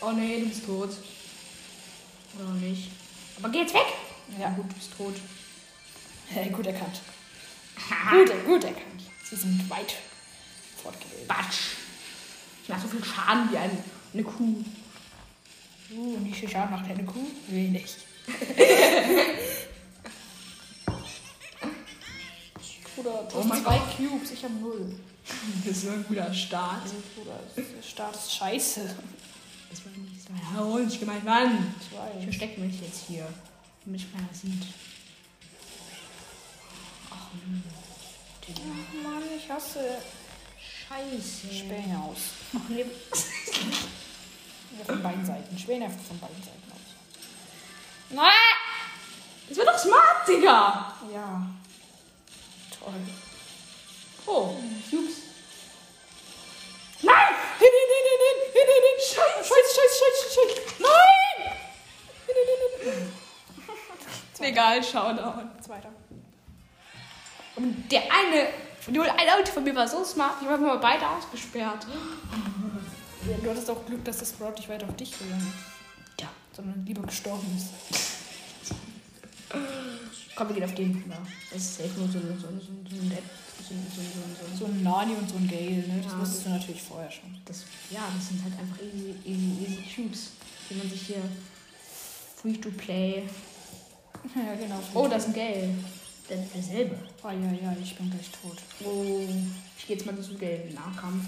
C: oh nee, du bist tot. Oder noch nicht. Aber geh jetzt weg! Ja, gut, du bist tot.
A: Hey, gut erkannt.
C: Gut,
A: Gut, gut erkannt. Sie sind weit fortgebildet.
C: Batsch. Ich mach so viel Schaden wie ein, eine Kuh.
A: Uh, und wie viel Schaden macht eine Kuh? Wenig. Bruder, du
C: Oh
A: hast
C: mein
A: zwei Cubes, ich habe null.
C: Das ist ein guter Start.
A: Also, Bruder, der Start ist scheiße.
C: Das war nicht so. Ja, hol dich gemeint, Mann.
A: Ich weiß.
C: Ich verstecke mich jetzt hier, damit mich keiner sieht. Ach, Mann. Digga.
A: Ach Mann, ich hasse.
C: Scheiße.
A: Spähen aus.
C: Ach, nee.
A: Ja, von beiden Seiten. Spähen einfach von beiden Seiten aus.
C: Nein! Das war doch smart, Digga!
A: Ja. Toll. Hm,
C: Oh, Cubes. Nein! Hin, hin, hin, hin, hin, hin, hin, hin! Scheiße, scheiße, scheiße, scheiße, scheiße! Nein! Hin, hin, hin, hin. Egal, Shoutout.
A: Zweiter.
C: Und der eine, die ein Auto von mir war so smart, ich habe mal beide ausgesperrt.
A: Ja, du hattest auch Glück, dass das Sprout nicht weiter auf dich gegangen ist.
C: Ja.
A: Sondern lieber gestorben ist.
C: Komm, wir gehen auf den Bruder. Das ist echt nur so ein, so ein, so ein, so ein, Depp- so ein, so ein, so ein, so ein
A: So ein Nani und so ein Gale, ne? Das
C: Ja.
A: wusstest du natürlich vorher schon.
C: das, ja, das sind halt einfach easy, easy, easy Cubes, die man sich hier free to play.
A: Ja, genau.
C: Oh, das ist ein Geld. Das ist derselbe.
A: Oh, ja, ja, ich bin gleich tot.
C: Oh, ich gehe jetzt mal zu gelben Nahkampf.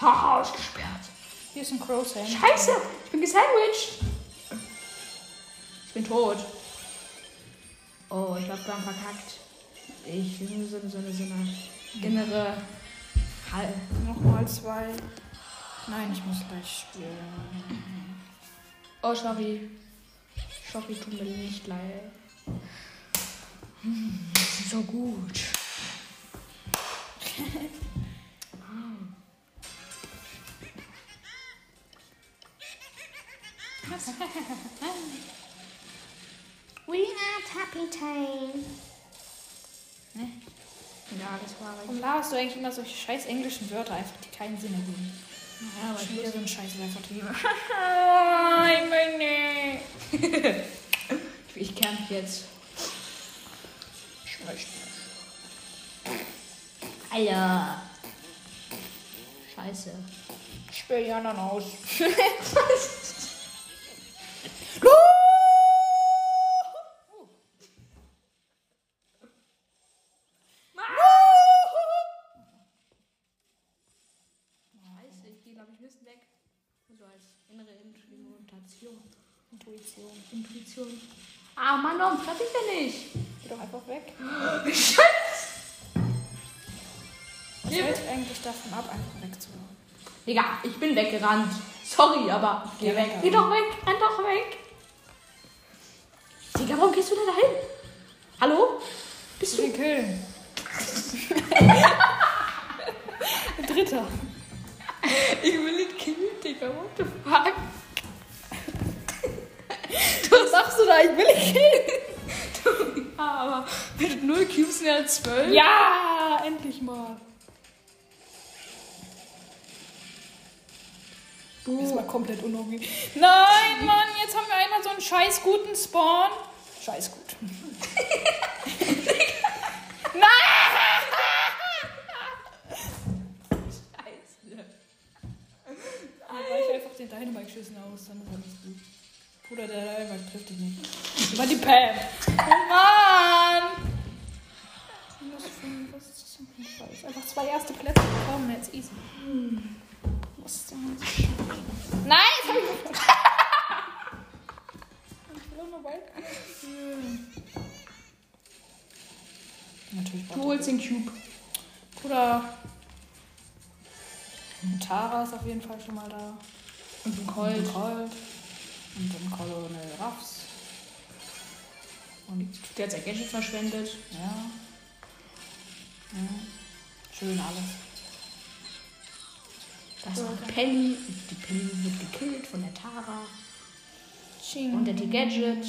C: Haha, ausgesperrt.
A: Hier ist ein Crow Sand.
C: Scheiße, ich bin gesandwiched. Ich bin tot. Oh, ich glaube, wir haben verkackt. Ich bin so eine, so eine, so eine innere Hall.
A: Nochmal zwei. Nein, ich muss gleich spielen.
C: Oh, sorry. Sorry, tut mir nicht leid. Hm, das ist so gut.
G: We are tapping time.
C: Ja, das war aber
A: Warum laberst du eigentlich immer solche scheiß englischen Wörter einfach, die keinen Sinn ergeben?
C: Ja, aber
A: Schon
C: ich
A: wieder so ein scheiß Werfer
C: Nein, mein nee. ich kämpfe jetzt. Ich möchte. Alter. Scheiße.
A: Ich spiele die anderen aus.
C: Scheiße, ich gehe, glaube ich, ein bisschen weg. So als innere Intuition.
A: Intuition.
C: Intuition. Ah, Mann, warum treffe ich denn nicht?
A: Geh doch einfach weg.
C: Scheiße.
A: Was hält eigentlich davon ab, einfach wegzulaufen?
C: Digga, ich bin weggerannt. Sorry, aber
A: Geh weg.
C: Geh doch weg, renn doch weg. Digga, warum gehst du denn dahin? Hallo? Bist
A: Zu
C: du
A: den Killen. Dritter.
C: Ich will nicht killen, Digga. What the fuck? Was sagst du da? Ich will nicht killen. Ja, aber mit 0 Cubes mehr als 12?
A: Ja, endlich mal. Das war komplett unangenehm. Nein, Mann, jetzt haben wir einmal so einen scheiß guten Spawn. Scheiß gut.
C: Scheiße.
A: Dann weiche Ah, einfach den Dynamite-Schüssen aus, dann ist alles gut. Bruder, der Dynamite trifft dich nicht. Über die Pam. Oh Mann! Was für- Was ist das denn für ein Scheiß? Einfach zwei erste Plätze bekommen, jetzt easy. Hm. Was ist denn das? Nein! Jetzt hab ich. Ich will nur Wildcard.
C: Natürlich
A: Du holst den Cube. Oder. Tara ist auf jeden Fall schon mal da. Und ein Colt. Und dann Colonel Ruffs. Und der hat sein Gadget verschwendet. Ja. ja. Schön alles.
C: Da ist noch Penny. Die Penny wird gekillt von der Tara. Und der T-Gadget.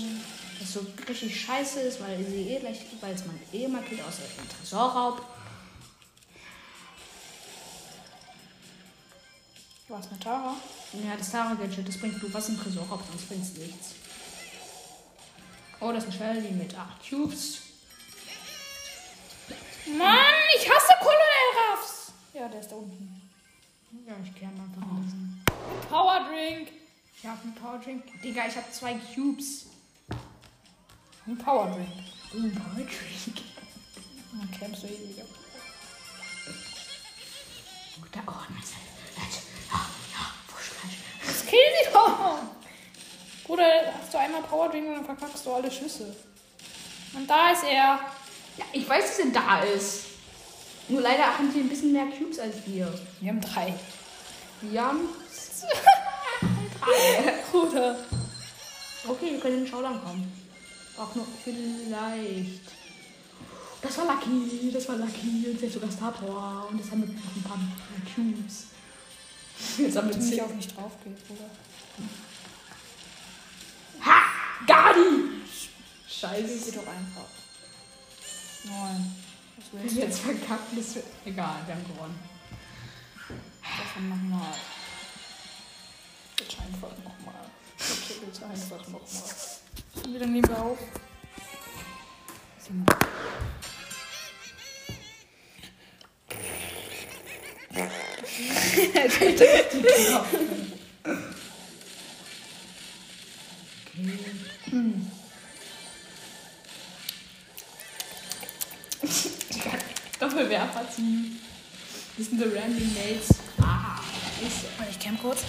C: Das so richtig scheiße ist, weil sie eh gleich, weil es man eh mal killt, außer im Tresorraub.
A: Was mit Tara?
C: Ja, das Tara-Gadget, das bringt du was im Tresorraub, sonst bringt's nichts. Oh, das ist eine Shelly mit 8 Cubes.
A: Mann, ich hasse Colonel Ruffs. Ja, der ist da unten. Oh.
C: Ja, ich kann einfach nicht.
A: Power Drink. Ich hab einen Power Drink. Digga, ich hab zwei Cubes. Ein Power Drink.
C: Oh, Patrick.
A: Dann kämpfst du eh ewig ab.
C: Und da, oh, nice. Leute. Ah, ja, Fuschfleisch.
A: Das kill sie doch! Bruder, hast du einmal Power Drink und dann verkackst du alle Schüsse. Und da ist er.
C: Ja, ich weiß, dass er da ist. Nur leider haben die ein bisschen mehr Cubes als wir.
A: Wir haben drei.
C: Wir haben
A: Bruder.
C: Okay, wir können in den Showdown kommen. Auch noch vielleicht. Das war Lucky, das war Lucky. Und jetzt sogar Star Power. Und jetzt haben wir noch ein paar mehr Cubes. Jetzt haben wir
A: Dass ich
C: zehn.
A: auf mich drauf gehe, Bruder.
C: Ha! Gardi!
A: Scheiße. sie
C: Scheiße.
A: doch einfach. Nein. Was
C: Wenn
A: willst
C: wir
A: du
C: jetzt verkackt, das wird. Egal, wir haben gewonnen.
A: davon nochmal? Bitte einfach nochmal. Bitte, bitte einfach nochmal. Und wieder nehmen wir auf.
C: Doppelwerfer-Team. Das sind die Random Mates. Ah, ist
A: Ich camp kurz.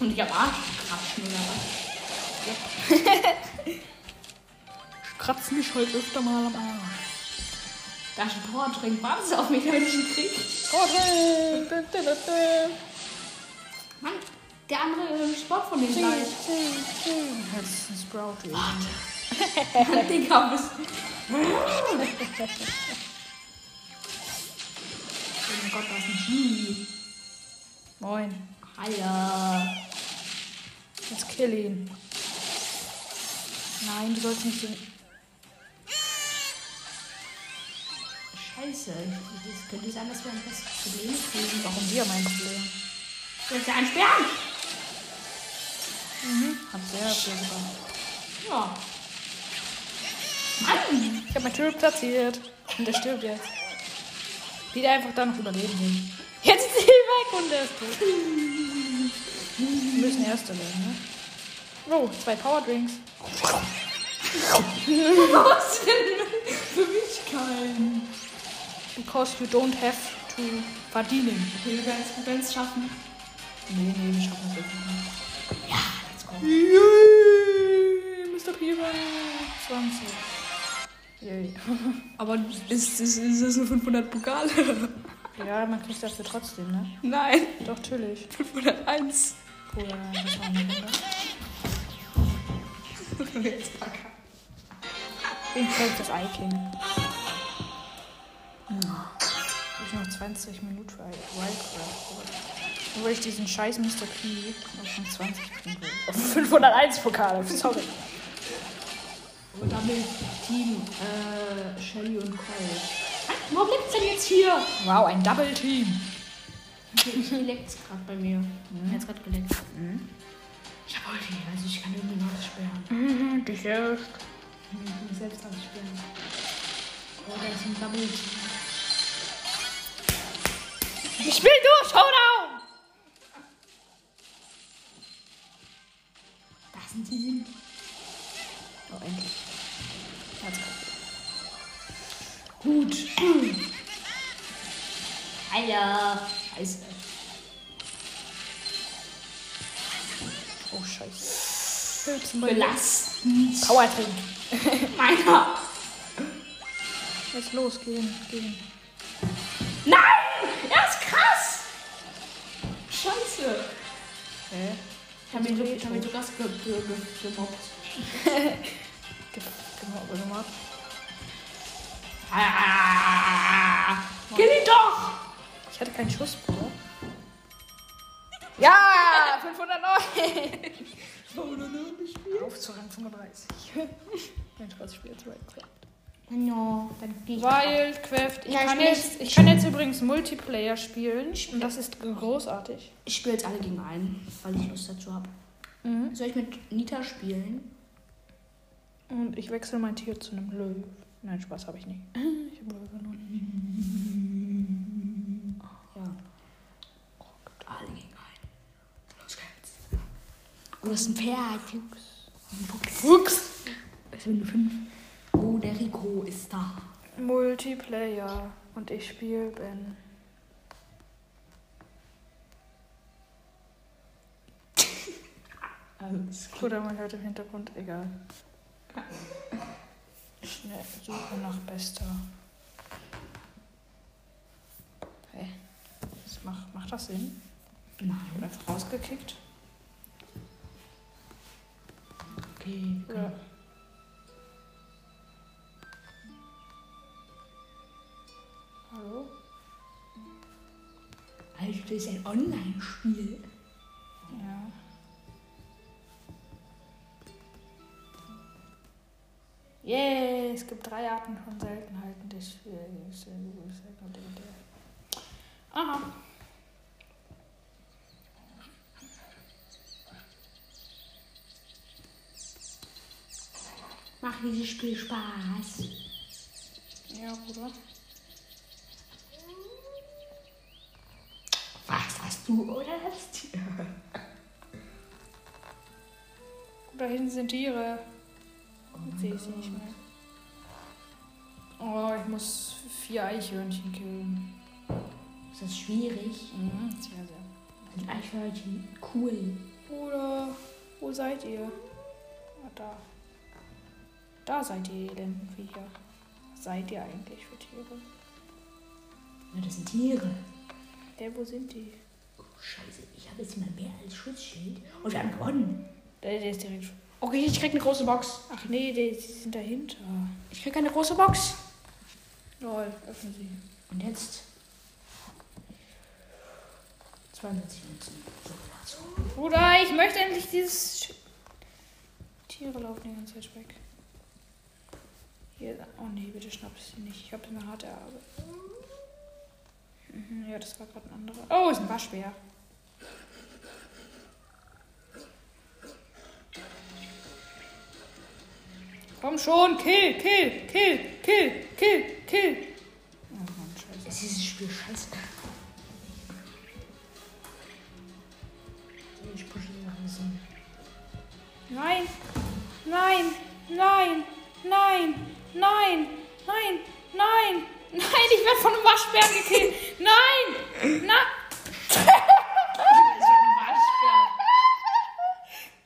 C: Und ich hab Arschkrapfen oder was?
A: Kratz mich heute öfter mal am Arsch.
C: Da ist ein Power Drink. Warum ist er auf mechanischen Krieg? Mann, der andere Sport von dem gleich.
A: Das ist ein Sprout.
C: Mann, Digga, bist Oh mein Gott, da ist ein Genie.
A: Moin.
C: Hallo.
A: Jetzt kill ihn. Nein, du sollst nicht so.
C: Scheiße, ich- es könnte sein, dass wir ein besseres Problem kriegen.
A: Warum wir mein Problem?
C: Du hast ja einen Sperr.
A: Hab sehr viel gemacht.
C: Ja. Mann,
A: Ich hab mein Tür platziert. Und der stirbt jetzt. Wieder einfach da noch überleben hin. Jetzt ist sie weg und der ist tot. Wir müssen erste werden, ne? Oh, zwei Powerdrinks.
C: was denn für mich kein?
A: Because you don't have to verdienen.
C: Okay, wir werden es- wir werden es schaffen.
A: Nee, nee, wir schaffen das jetzt nicht.
C: Let's go.
A: Yay, Mr. Piva. 20. Yay.
C: Aber ist, ist, ist das nur 500 Pokale?
A: Ja, man kriegt dafür trotzdem, ne?
C: Nein,
A: Doch, natürlich.
C: 501.
A: Cool, das war eine Runde.
C: Jetzt verkackt.
A: Wen folgt das Eiking? Ich noch 20 Minuten für Wildcraft. Obwohl ich diesen scheiß Mr. P auf schon 20 Punkte. Auf 501 Pokale, sorry.
C: Und damit Team äh, Shelly und Cole. Warum liegt denn jetzt hier?
A: Wow, ein Double Team.
C: Hier leckt's gerade bei mir. Jetzt gerade geleckt. Ich hab Ulti, also ich kann irgendwie noch sperren.
A: Dich erst.
C: Ich muss selbst aussperren. Oh, da ist ein Double Team.
A: Ich will durch, Showdown!
C: Da ist ein Team.
A: Oh, endlich. Jetzt kommt.
C: Gut. Ah Eier. Scheiße.
A: Oh, scheiße. Höchstens mal
C: Belastend.
A: Power Drink.
C: Meiner.
A: Jetzt los, gehen, gehen.
C: Nein! Er ist krass! Scheiße!
A: Hä?
C: Ich habe ihn, ich hab ihn sogar ge ge ge gemobbt.
A: Genau, gemacht.
C: Ah, Kill ihn doch!
A: Ich hatte keinen Schuss, Bruder.
B: Ja, 509.
A: Auf zu Rang 35. Mein Spaß, ich spiele jetzt Minecraft.
G: No, dann gehe ich.
A: Wildcraft. Ich,
G: Ja, ich
A: kann
G: spiel's.
A: jetzt, ich kann jetzt übrigens Multiplayer spielen. Und das ist großartig.
C: Ich spiele jetzt alle gegen einen, weil ich Lust dazu habe.
A: Mhm.
C: Soll ich mit Nita spielen?
A: Und ich wechsle mein Tier zu einem Löwen. Nein, Spaß habe ich nicht. Ich habe Löwe genommen.
C: Ja. Alle gegen einen. Los geht's. Oh, das ist ein Pferd. Ein Fuchs. Fuchs. Das sind nur fünf. Oh, der Rico ist da.
A: Multiplayer. Und ich spiele Ben.
C: Alles klar.
A: Oder man hört im Hintergrund, egal. Schnell, Suche nach Bester. Hä? Das macht, macht das Sinn?
C: Nein.
A: Ich wurde einfach rausgekickt.
C: Okay.
A: Ja. Hallo?
C: Also, das ist ein Online-Spiel.
A: Ja. Yay, es gibt drei Arten von Seltenheiten äh, des Spiels. Aha.
G: Macht dieses Spiel Spaß.
A: Ja, Bruder.
C: Was hast du, oder? Das Tier?
A: Da hinten sind Tiere. Jetzt sehe ich sie nicht mehr. Oh, ich muss vier Eichhörnchen killen.
C: Ist das schwierig?
A: Mhm, sehr, sehr.
C: Ein Eichhörnchen. Cool.
A: Bruder, wo seid ihr? Ah, da. Da seid ihr, ihr elenden Viecher. Was seid ihr eigentlich für Tiere?
C: Ja, das sind Tiere.
A: Hä, wo sind die?
C: Oh, scheiße. Ich habe jetzt mal mehr als Schutzschild. Und wir haben gewonnen.
A: Der, der ist direkt. Okay, ich krieg eine große Box. Ach nee, die, die sind dahinter. Ich krieg eine große Box. Lol, öffne sie.
C: Und jetzt? 42 Münzen. So, also, dazu.
A: Bruder, ich möchte endlich dieses. Sch Tiere laufen die ganze Zeit weg. Hier, oh nee, bitte schnapp sie nicht. Ich habe eine harte Arbeit. Mhm, ja, das war gerade ein anderer. Oh, ist ein Waschbär. Komm schon, kill, kill, kill, kill, kill, kill. Oh Mann, scheiße.
C: Ist dieses Spiel scheiße? Ich pushe hier noch ein bisschen.
A: Nein, nein, nein, nein, nein, nein, nein, nein, ich werde von einem Waschbären gekillt. Nein, na.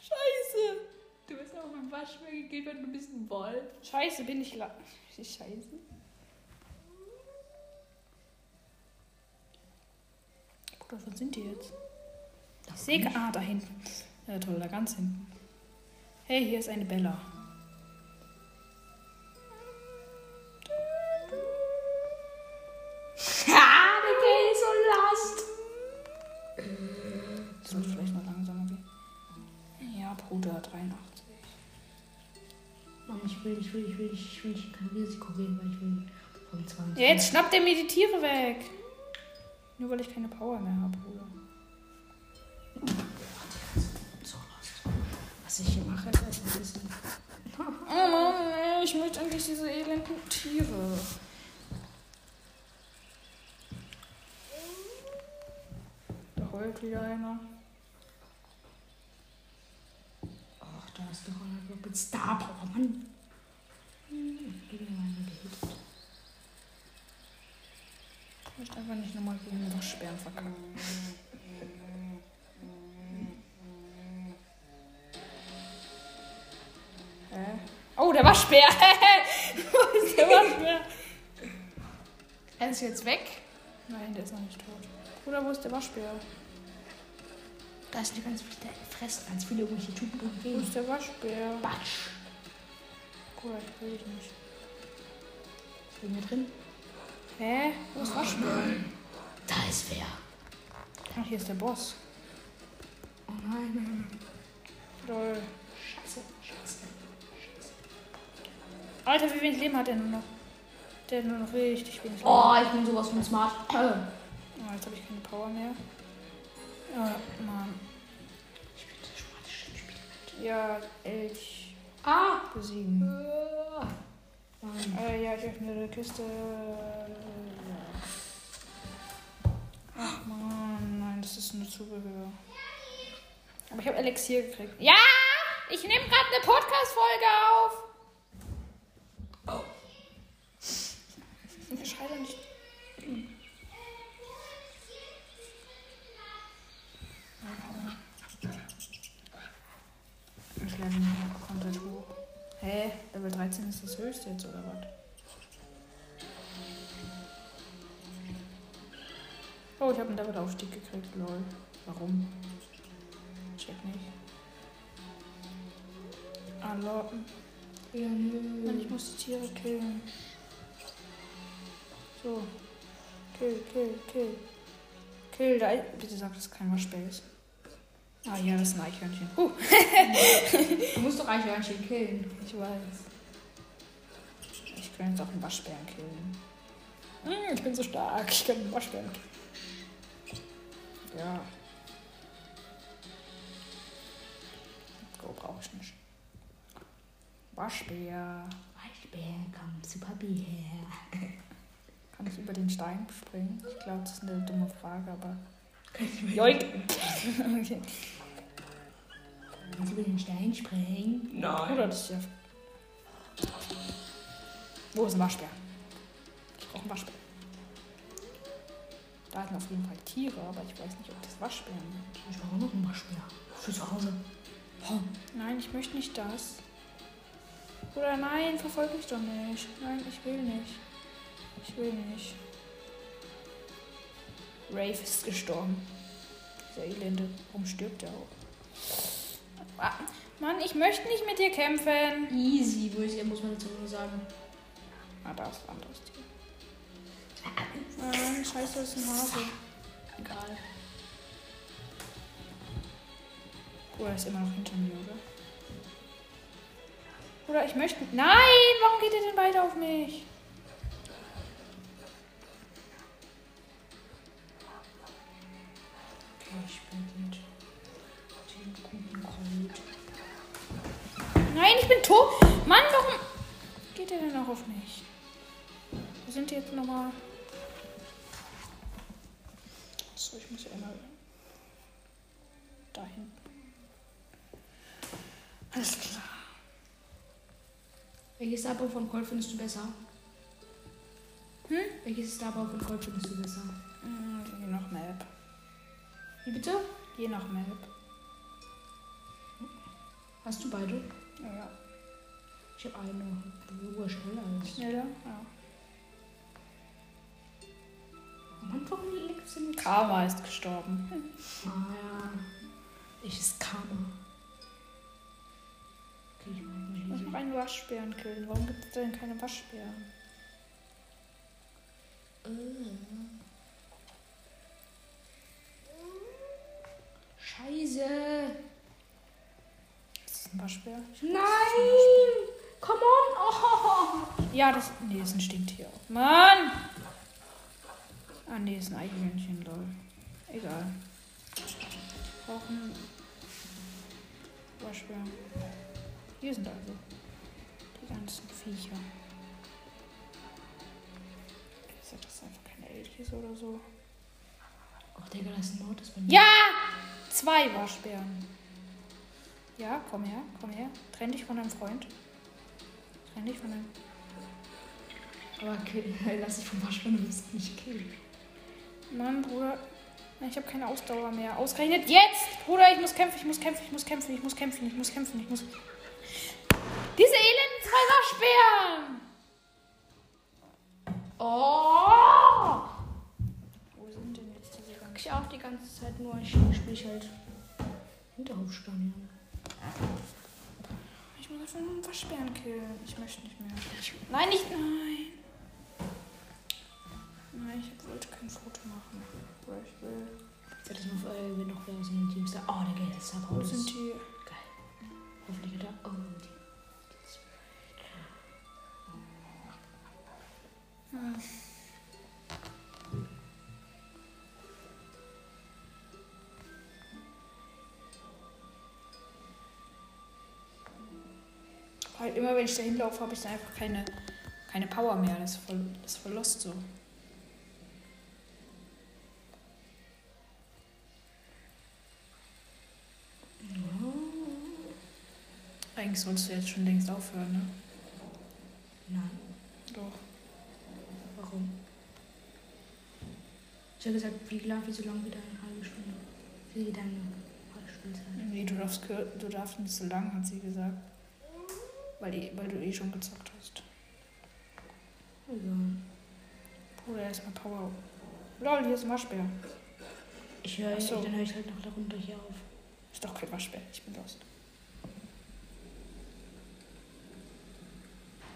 A: Scheiße.
C: Du bist auch mit dem Waschbär gekillt, weil du bist ein Wolf.
A: Scheiße, bin ich la. Scheiße. Bruder, wo sind die jetzt? Ich sehe. ke- Ah, da hinten. Ja, toll, da ganz hinten. Hey, hier ist eine Bella.
C: Ah, der Kill ist so last.
A: Das muss vielleicht mal langsamer gehen. Ja, Bruder, 83.
C: Mann, ich will, ich will, ich will, ich will, ich kein Risiko gehen, weil ich will vom 20.
A: Ja, jetzt schnappt er mir die Tiere weg. Nur weil ich keine Power mehr habe, Bruder.
C: So last. Was ich hier mache, ist ein bisschen.
A: Oh Mann, ey, ich möchte endlich diese elenden Tiere. Da heult wieder einer.
C: Ach, da ist doch einer glaub, mit Star Power, Mann. Hm, Gib mir mal eine Geld.
A: Ich möchte einfach nicht nochmal gegen den Waschbären verkacken. Hä? Oh, der Waschbär! Wo ist der Waschbär? Er ist jetzt weg. Nein, der ist noch nicht tot. Bruder, wo ist der Waschbär?
C: Da ist die ganz viele, fressen ganz viele irgendwelche Typen und
A: Wo
C: gehen.
A: ist der Waschbär?
C: Batsch.
A: Bruder, das will ich nicht.
C: Bin wir drin?
A: Hä? Wo ist Waschbär?
C: Da ist wer.
A: Ach, Ah, hier ist der Boss.
C: Oh nein, nein, nein.
A: Lol.
C: Scheiße, scheiße. scheiße.
A: Alter, wie wenig Leben hat der nur noch? Der hat nur noch richtig wenig Leben.
C: Oh, ich bin sowas von smart.
A: Oh, jetzt habe ich keine Power mehr. Ja, Mann.
C: Ich bin der smarte Schildspieler.
A: Ja, Elch
C: Ah!
A: besiegen.
C: äh, Mann.
A: Äh, ja, ich öffne eine Kiste. Ach man, nein, das ist nur Zubehör. Aber ich habe Elixier gekriegt. Ja! Ich nehme gerade eine Podcast-Folge auf! Oh. Ich schreie nicht. Ich level mich noch komplett hoch. Hä? Level 13 ist das höchste jetzt, oder was? Oh, ich habe einen Level-Aufstieg gekriegt, lol. Warum? Check nicht. Anlocken.
C: Ja, nö.
A: Mann, ich muss die Tiere killen. So. Kill, kill, kill. Kill, da ist- Bitte sag, dass es kein Waschbär ist. Ah ja, das ist ein Eichhörnchen. Uh! Huh,
C: Du musst doch Eichhörnchen killen.
A: ich weiß. Ich kann jetzt auch einen Waschbären killen. Hm, ich bin so stark. Ich kann einen Waschbären killen. Ja. Go brauche ich nicht. Waschbär.
C: Eichbär, komm zu Papi her.
A: Kann ich über den Stein springen? Ich glaube, das ist eine dumme Frage, aber. Joik! okay.
C: Kannst du über den Stein springen?
A: Oder das ist ja. Wo ist ein Waschbär? Ich brauche einen Waschbär. Da sind auf jeden Fall Tiere, aber ich weiß nicht, ob das Waschbären sind.
C: Ich brauche noch einen Waschbär. Für zu Hause.
A: Nein, ich möchte nicht das. Oder nein, verfolge mich doch nicht. Nein, ich will nicht. Ich will nicht. Rafe ist gestorben. Dieser Elende. Warum stirbt er auch? Ah, Mann, ich möchte nicht mit dir kämpfen.
C: Easy, würde ich, muss man dazu nur sagen.
A: Ah, da ist ein anderes Tier. Nein, Ähm, scheiße, das ist ein Hase.
C: Egal.
A: Bruder ist immer noch hinter mir, oder? Bruder, ich möchte. Nein, warum geht ihr denn beide auf mich?
C: Okay, ich bin mit dem guten Colt.
A: Nein, ich bin tot. Mann, warum geht ihr denn auch auf mich? Wo sind die jetzt nochmal? So, ich muss ja immer dahin. Alles klar.
C: Welches Abo von Colt findest du besser? Hm? Welches Abo von Colt findest du besser?
A: Mm, Je nach Map.
C: Wie bitte?
A: Je nach Map.
C: Hast du beide?
A: Ja, ja.
C: Ich habe eine. Wo ist schneller als?
A: Schneller? Ja.
C: Am Anfang liegt sie mit.
A: Karma ist gestorben.
C: Ah ja. Ich ist Karma. Okay, ich mag
A: Ich muss
C: nicht.
A: noch einen Waschbären killen. Warum gibt es denn keine Waschbären? Äh.
C: Scheiße.
A: Ist das ein Waschbär?
C: Nein! Come on! Oh.
A: Ja, das. Nee, ist ein Stinktier. Mann! Ah, nee, ist ein Eichhörnchen, lol. Egal. Ich brauche einen Waschbär. Hier sind also die ganzen Viecher. Sind das einfach keine Elchis oder so?
C: Oh, Digga, das ist ein Mord, das war
A: Ja! Zwei Waschbären. Ja, komm her, komm her. Trenn dich von deinem Freund. Trenn dich von deinem.
C: Aber kill, lass dich vom Waschbären, du wirst mich killen.
A: Mann, Bruder. Ich habe keine Ausdauer mehr. Ausgerechnet jetzt! Bruder, ich muss kämpfen, ich muss kämpfen, ich muss kämpfen, ich muss kämpfen, ich muss kämpfen, ich muss. Diese elenden zwei Waschbären!
C: Oh! ist halt nur, ich spiele ich halt Hinterhofstadion.
A: Ich muss einfach einen Waschbären killen. Ich möchte nicht mehr. Nein, nicht. Nein. Nein, ich wollte kein Foto machen. Aber ich will.
C: Wird das noch, äh, wird noch wer aus dem Team da? Oh, der geht jetzt da
A: Wo
C: raus.
A: sind die?
C: Geil. Hoffentlich hat er. Oh, die.
A: Halt immer wenn ich da hinlaufe, habe ich dann einfach keine, keine Power mehr. Das ist voll, das ist voll lost so. Eigentlich sollst du jetzt schon längst aufhören, ne?
C: Nein.
A: Doch.
C: Warum? Ich habe gesagt, wie lang, wie so lange wieder eine halbe Stunde. Wie deine halbe Spielzeit.
A: Nee, du darfst, kür- du darfst nicht so lang, hat sie gesagt. Weil, eh- weil du eh schon gezockt hast.
C: Also,
A: Bruder, erstmal Power. Lol, hier ist ein Waschbär.
C: ich höre,
A: Ach so.
C: dann höre ich halt noch darunter hier auf.
A: Ist doch kein Waschbär, ich bin lost.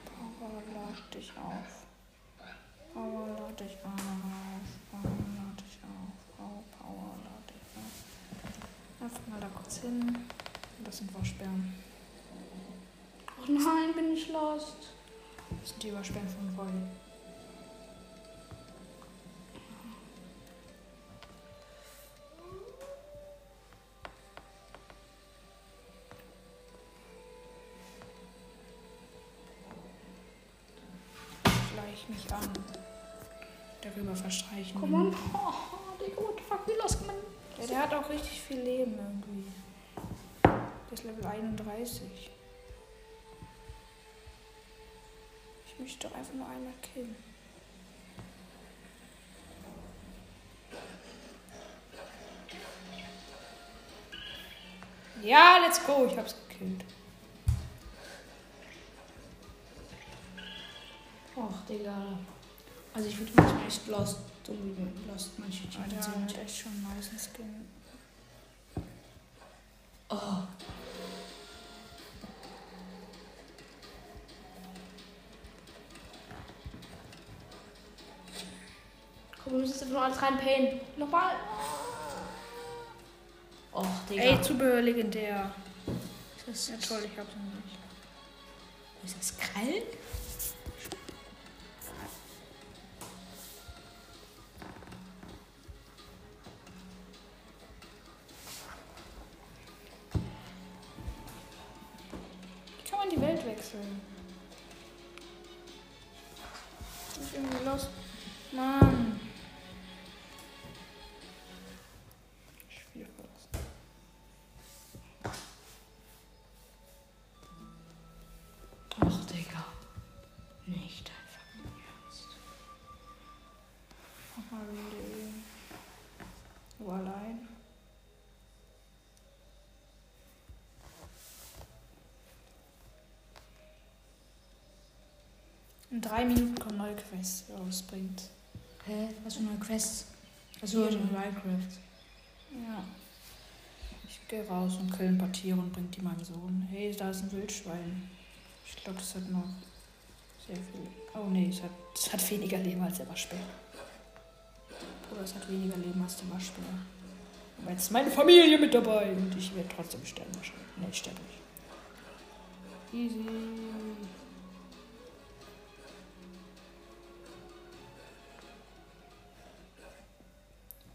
A: Power, lad dich auf. Power, lad dich auf. Power, lad dich auf. Power, Power, lad dich auf. Einfach mal da kurz hin. Das sind Waschbären.
C: Oh nein, bin ich lost.
A: Das sind die Waschbären von vorhin. Gleich mich an. Darüber verstreichen.
C: Komm on. Oh, Digga, what the fuck, wie lost kann man.
A: Ja, der hat auch richtig viel Leben irgendwie. Der ist Level 31. Ich möchte doch einfach nur einmal killen. Ja, let's go. Ich hab's gekillt.
C: Och, Digga. Also, ich würde manchmal echt lost. So wie lost manche
A: Ah, der
C: Teams
A: hat
C: sind.
A: echt schon einen nice Skin.
C: Oh.
G: Komm, wir müssen jetzt einfach noch alles reinpayen. Nochmal.
C: Och, Digga.
A: Ey, Zubehör legendär.
C: das ist
A: Ja toll, ich hab's noch nicht.
C: Ist das Krallen?
A: Wie kann man die Welt wechseln? Ich bin irgendwie los. Mann. Ich spiele kurz.
C: Och, Digga. Nicht einfach im Ernst.
A: Mach mal wieder. Du allein. In drei Minuten kommen neue Quests raus, bringt.
C: Hä? Was für eine Quest? Also in Minecraft.
A: Ja. Ich gehe raus und kill ein paar Tiere und bring die meinem Sohn. Hey, da ist ein Wildschwein. Ich glaube, das hat noch sehr viel. Oh nee, es hat, es hat weniger Leben als der Waschbär. Bruder, es hat weniger Leben als der Waschbär. Aber jetzt ist meine Familie mit dabei und ich werde trotzdem sterben wahrscheinlich. Nee, ich sterbe nicht. Easy.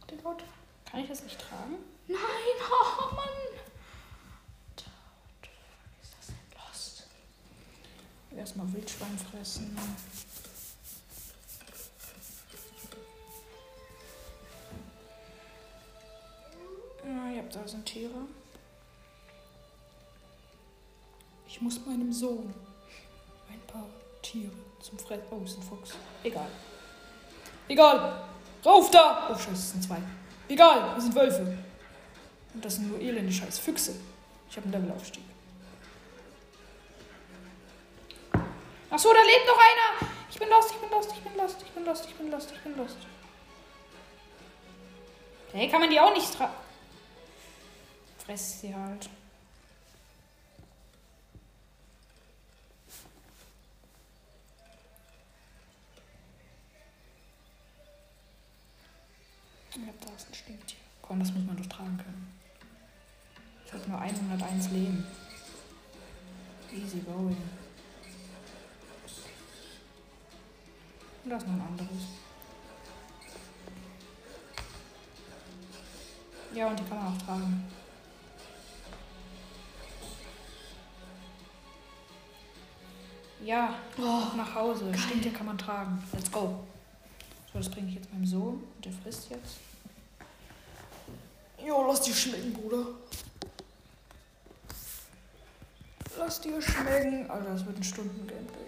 A: Den Rot. Kann ich das nicht tragen?
C: Nein, oh Mann! Ist das denn lost?
A: Erstmal Wildschwein fressen. Ja, ja, da sind Tiere. Ich muss meinem Sohn ein paar Tiere zum Fressen. Oh, ist ein Fuchs. Egal. Egal! Rauf da! Oh, scheiße, es sind zwei. Egal, das sind Wölfe. Und das sind nur elende Scheiß Füchse. Ich habe einen Levelaufstieg. Ach so, da lebt noch einer. Ich bin lost, ich bin lost, ich bin lost, ich bin lost, ich bin lost, ich bin lost. Hey, kann man die auch nicht tra... Fress sie halt. Ich hab da ist ein Stinktier. Komm, das muss man doch tragen können. Ich habe nur 101 Leben. Easy going. Und da ist noch ein anderes. Ja, und die kann man auch tragen. Ja, nach Hause. Stimmt, hier kann man tragen. Let's go. So, das bringe ich jetzt meinem Sohn. Und der frisst jetzt.
C: Jo, lass die schmecken, Bruder. Lass die schmecken. Alter, das wird ein Stunden-Gameplay.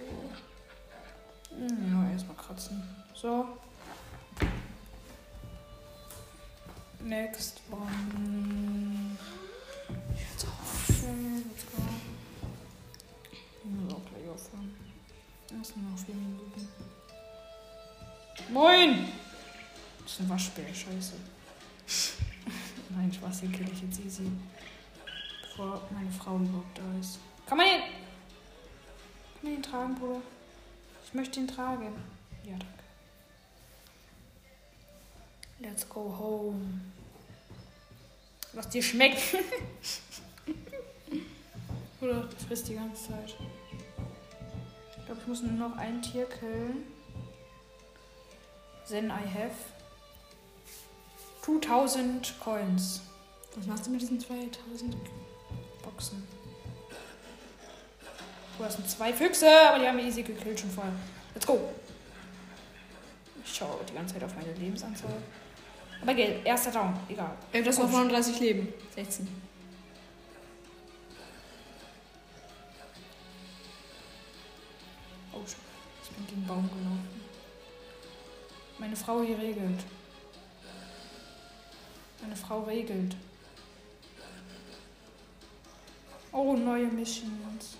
C: Hm, Ja, erstmal kratzen. So. Next one. Jetzt auf. Hm, Let's go. Ich muss auch gleich aufhören. Das sind noch vier Minuten. Moin! Das ist ein Waschbär, scheiße. Nein, Spaß, den kill ich jetzt easy. Bevor meine Frau überhaupt da ist. Kann man den. Kann man den tragen, Bruder? Ich möchte ihn tragen. Ja, danke. Let's go home. Was dir schmeckt. Bruder, du frisst die ganze Zeit. Ich glaube, ich muss nur noch ein Tier killen. Then I have 2000 Coins. Was machst du mit diesen 2000
A: Boxen. Du hast zwei Füchse, aber die haben wir easy gekillt schon vorher. Let's go. Ich schaue die ganze Zeit auf meine Lebensanzahl. Aber geht, erster Down, egal.
C: Ey, das war 39 Leben. 16.
A: Oh, shit. ich bin gegen den Baum gelaufen. Meine Frau hier regelt. Meine Frau regelt. Oh, neue Missions.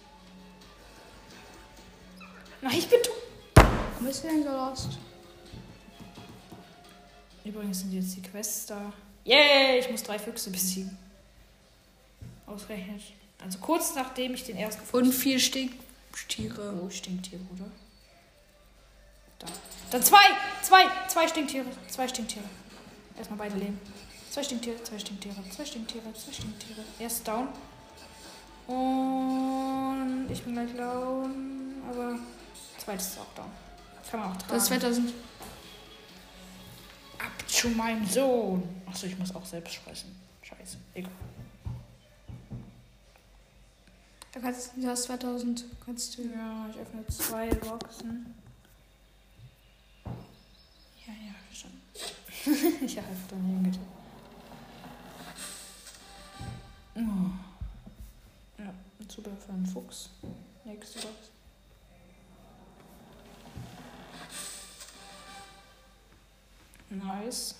A: Nein, ich bin tot.
C: Warum bist du denn gelost?
A: Übrigens sind jetzt die Quests da. Yay, ich muss drei Füchse besiegen. Ausgerechnet. Also kurz nachdem ich den ersten
C: Und vier Stinktiere.
A: Oh, Stinktier, Bruder. Da. Dann zwei! Zwei! Zwei Stinktiere! Zwei Stinktiere. Erstmal beide leben. Zwei Stinktiere, zwei Stinktiere, zwei Stinktiere, zwei Stinktiere. Erst down. Und ich bin gleich down, aber zweites ist auch down. Kann man auch tragen.
C: Das Wetter sind.
A: Ab zu meinem Sohn. Achso, ich muss auch selbst sprechen. Scheiße. Egal.
C: Da kannst du das 2000. Kannst du.
A: Ja, ich öffne zwei Boxen. Ja, ja, schon. ich habe daneben getan. Oh. Ja, ein Zubehör für einen Fuchs. Nächste Box. Nice.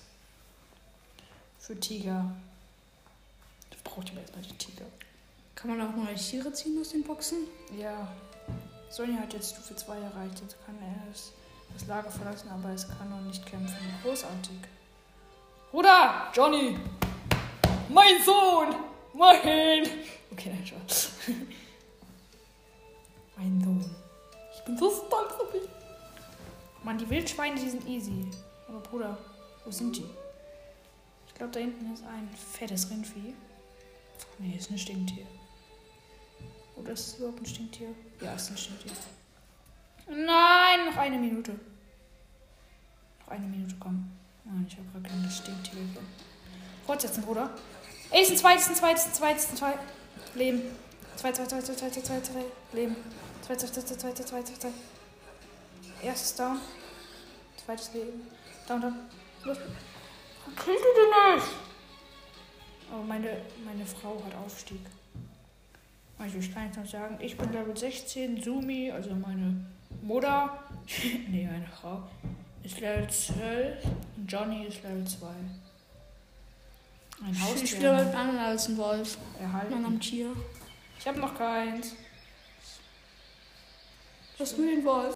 A: Für Tiger. Ich brauche aber erstmal den Tiger.
C: Kann man auch neue Tiere ziehen aus den Boxen?
A: Ja. Sonja hat jetzt Stufe 2 erreicht. Jetzt kann er es, das Lager verlassen, aber es kann noch nicht kämpfen. Großartig. Bruder! Johnny! Mein Sohn! Mein! Okay, nein, Spaß. mein Sohn. Ich bin so stolz auf dich. Mann, die Wildschweine, die sind easy. Aber Bruder, wo sind die? Ich glaube, da hinten ist ein fettes Rindvieh. Nee, ist ein Stinktier. Oder ist es überhaupt ein Stinktier? Ja, es ist ein Stinktier. Nein, noch eine Minute. Noch eine Minute, komm. Nein, ich habe gerade kein Stinktier gefunden. Fortsetzen, Bruder. Ey, ist ein zweites, ein zweites, ein zweites, ein zweites. Leben. Zwei, zwei, zwei, zwei, zwei, zwei, zwei, zwei. Leben. Zwei, zwei, zwei, zwei, zwei, zwei, zwei, zwei, zwei. Erstes Down. Zweites Leben. Down, down. Los. Warum killt ihr denn nicht? Aber meine, meine Frau hat Aufstieg. Also ich kann jetzt noch sagen, ich bin Level 16, Sumi, also meine Mutter, nee, meine Frau, ist Level 12 und Johnny ist Level 2. Ein
C: Ich spiele mit
A: Haustier
C: einem anderen als ein Wolf. Mann am
A: erhalten.
C: Tier.
A: Ich habe noch keins.
C: Lass nur den Wolf.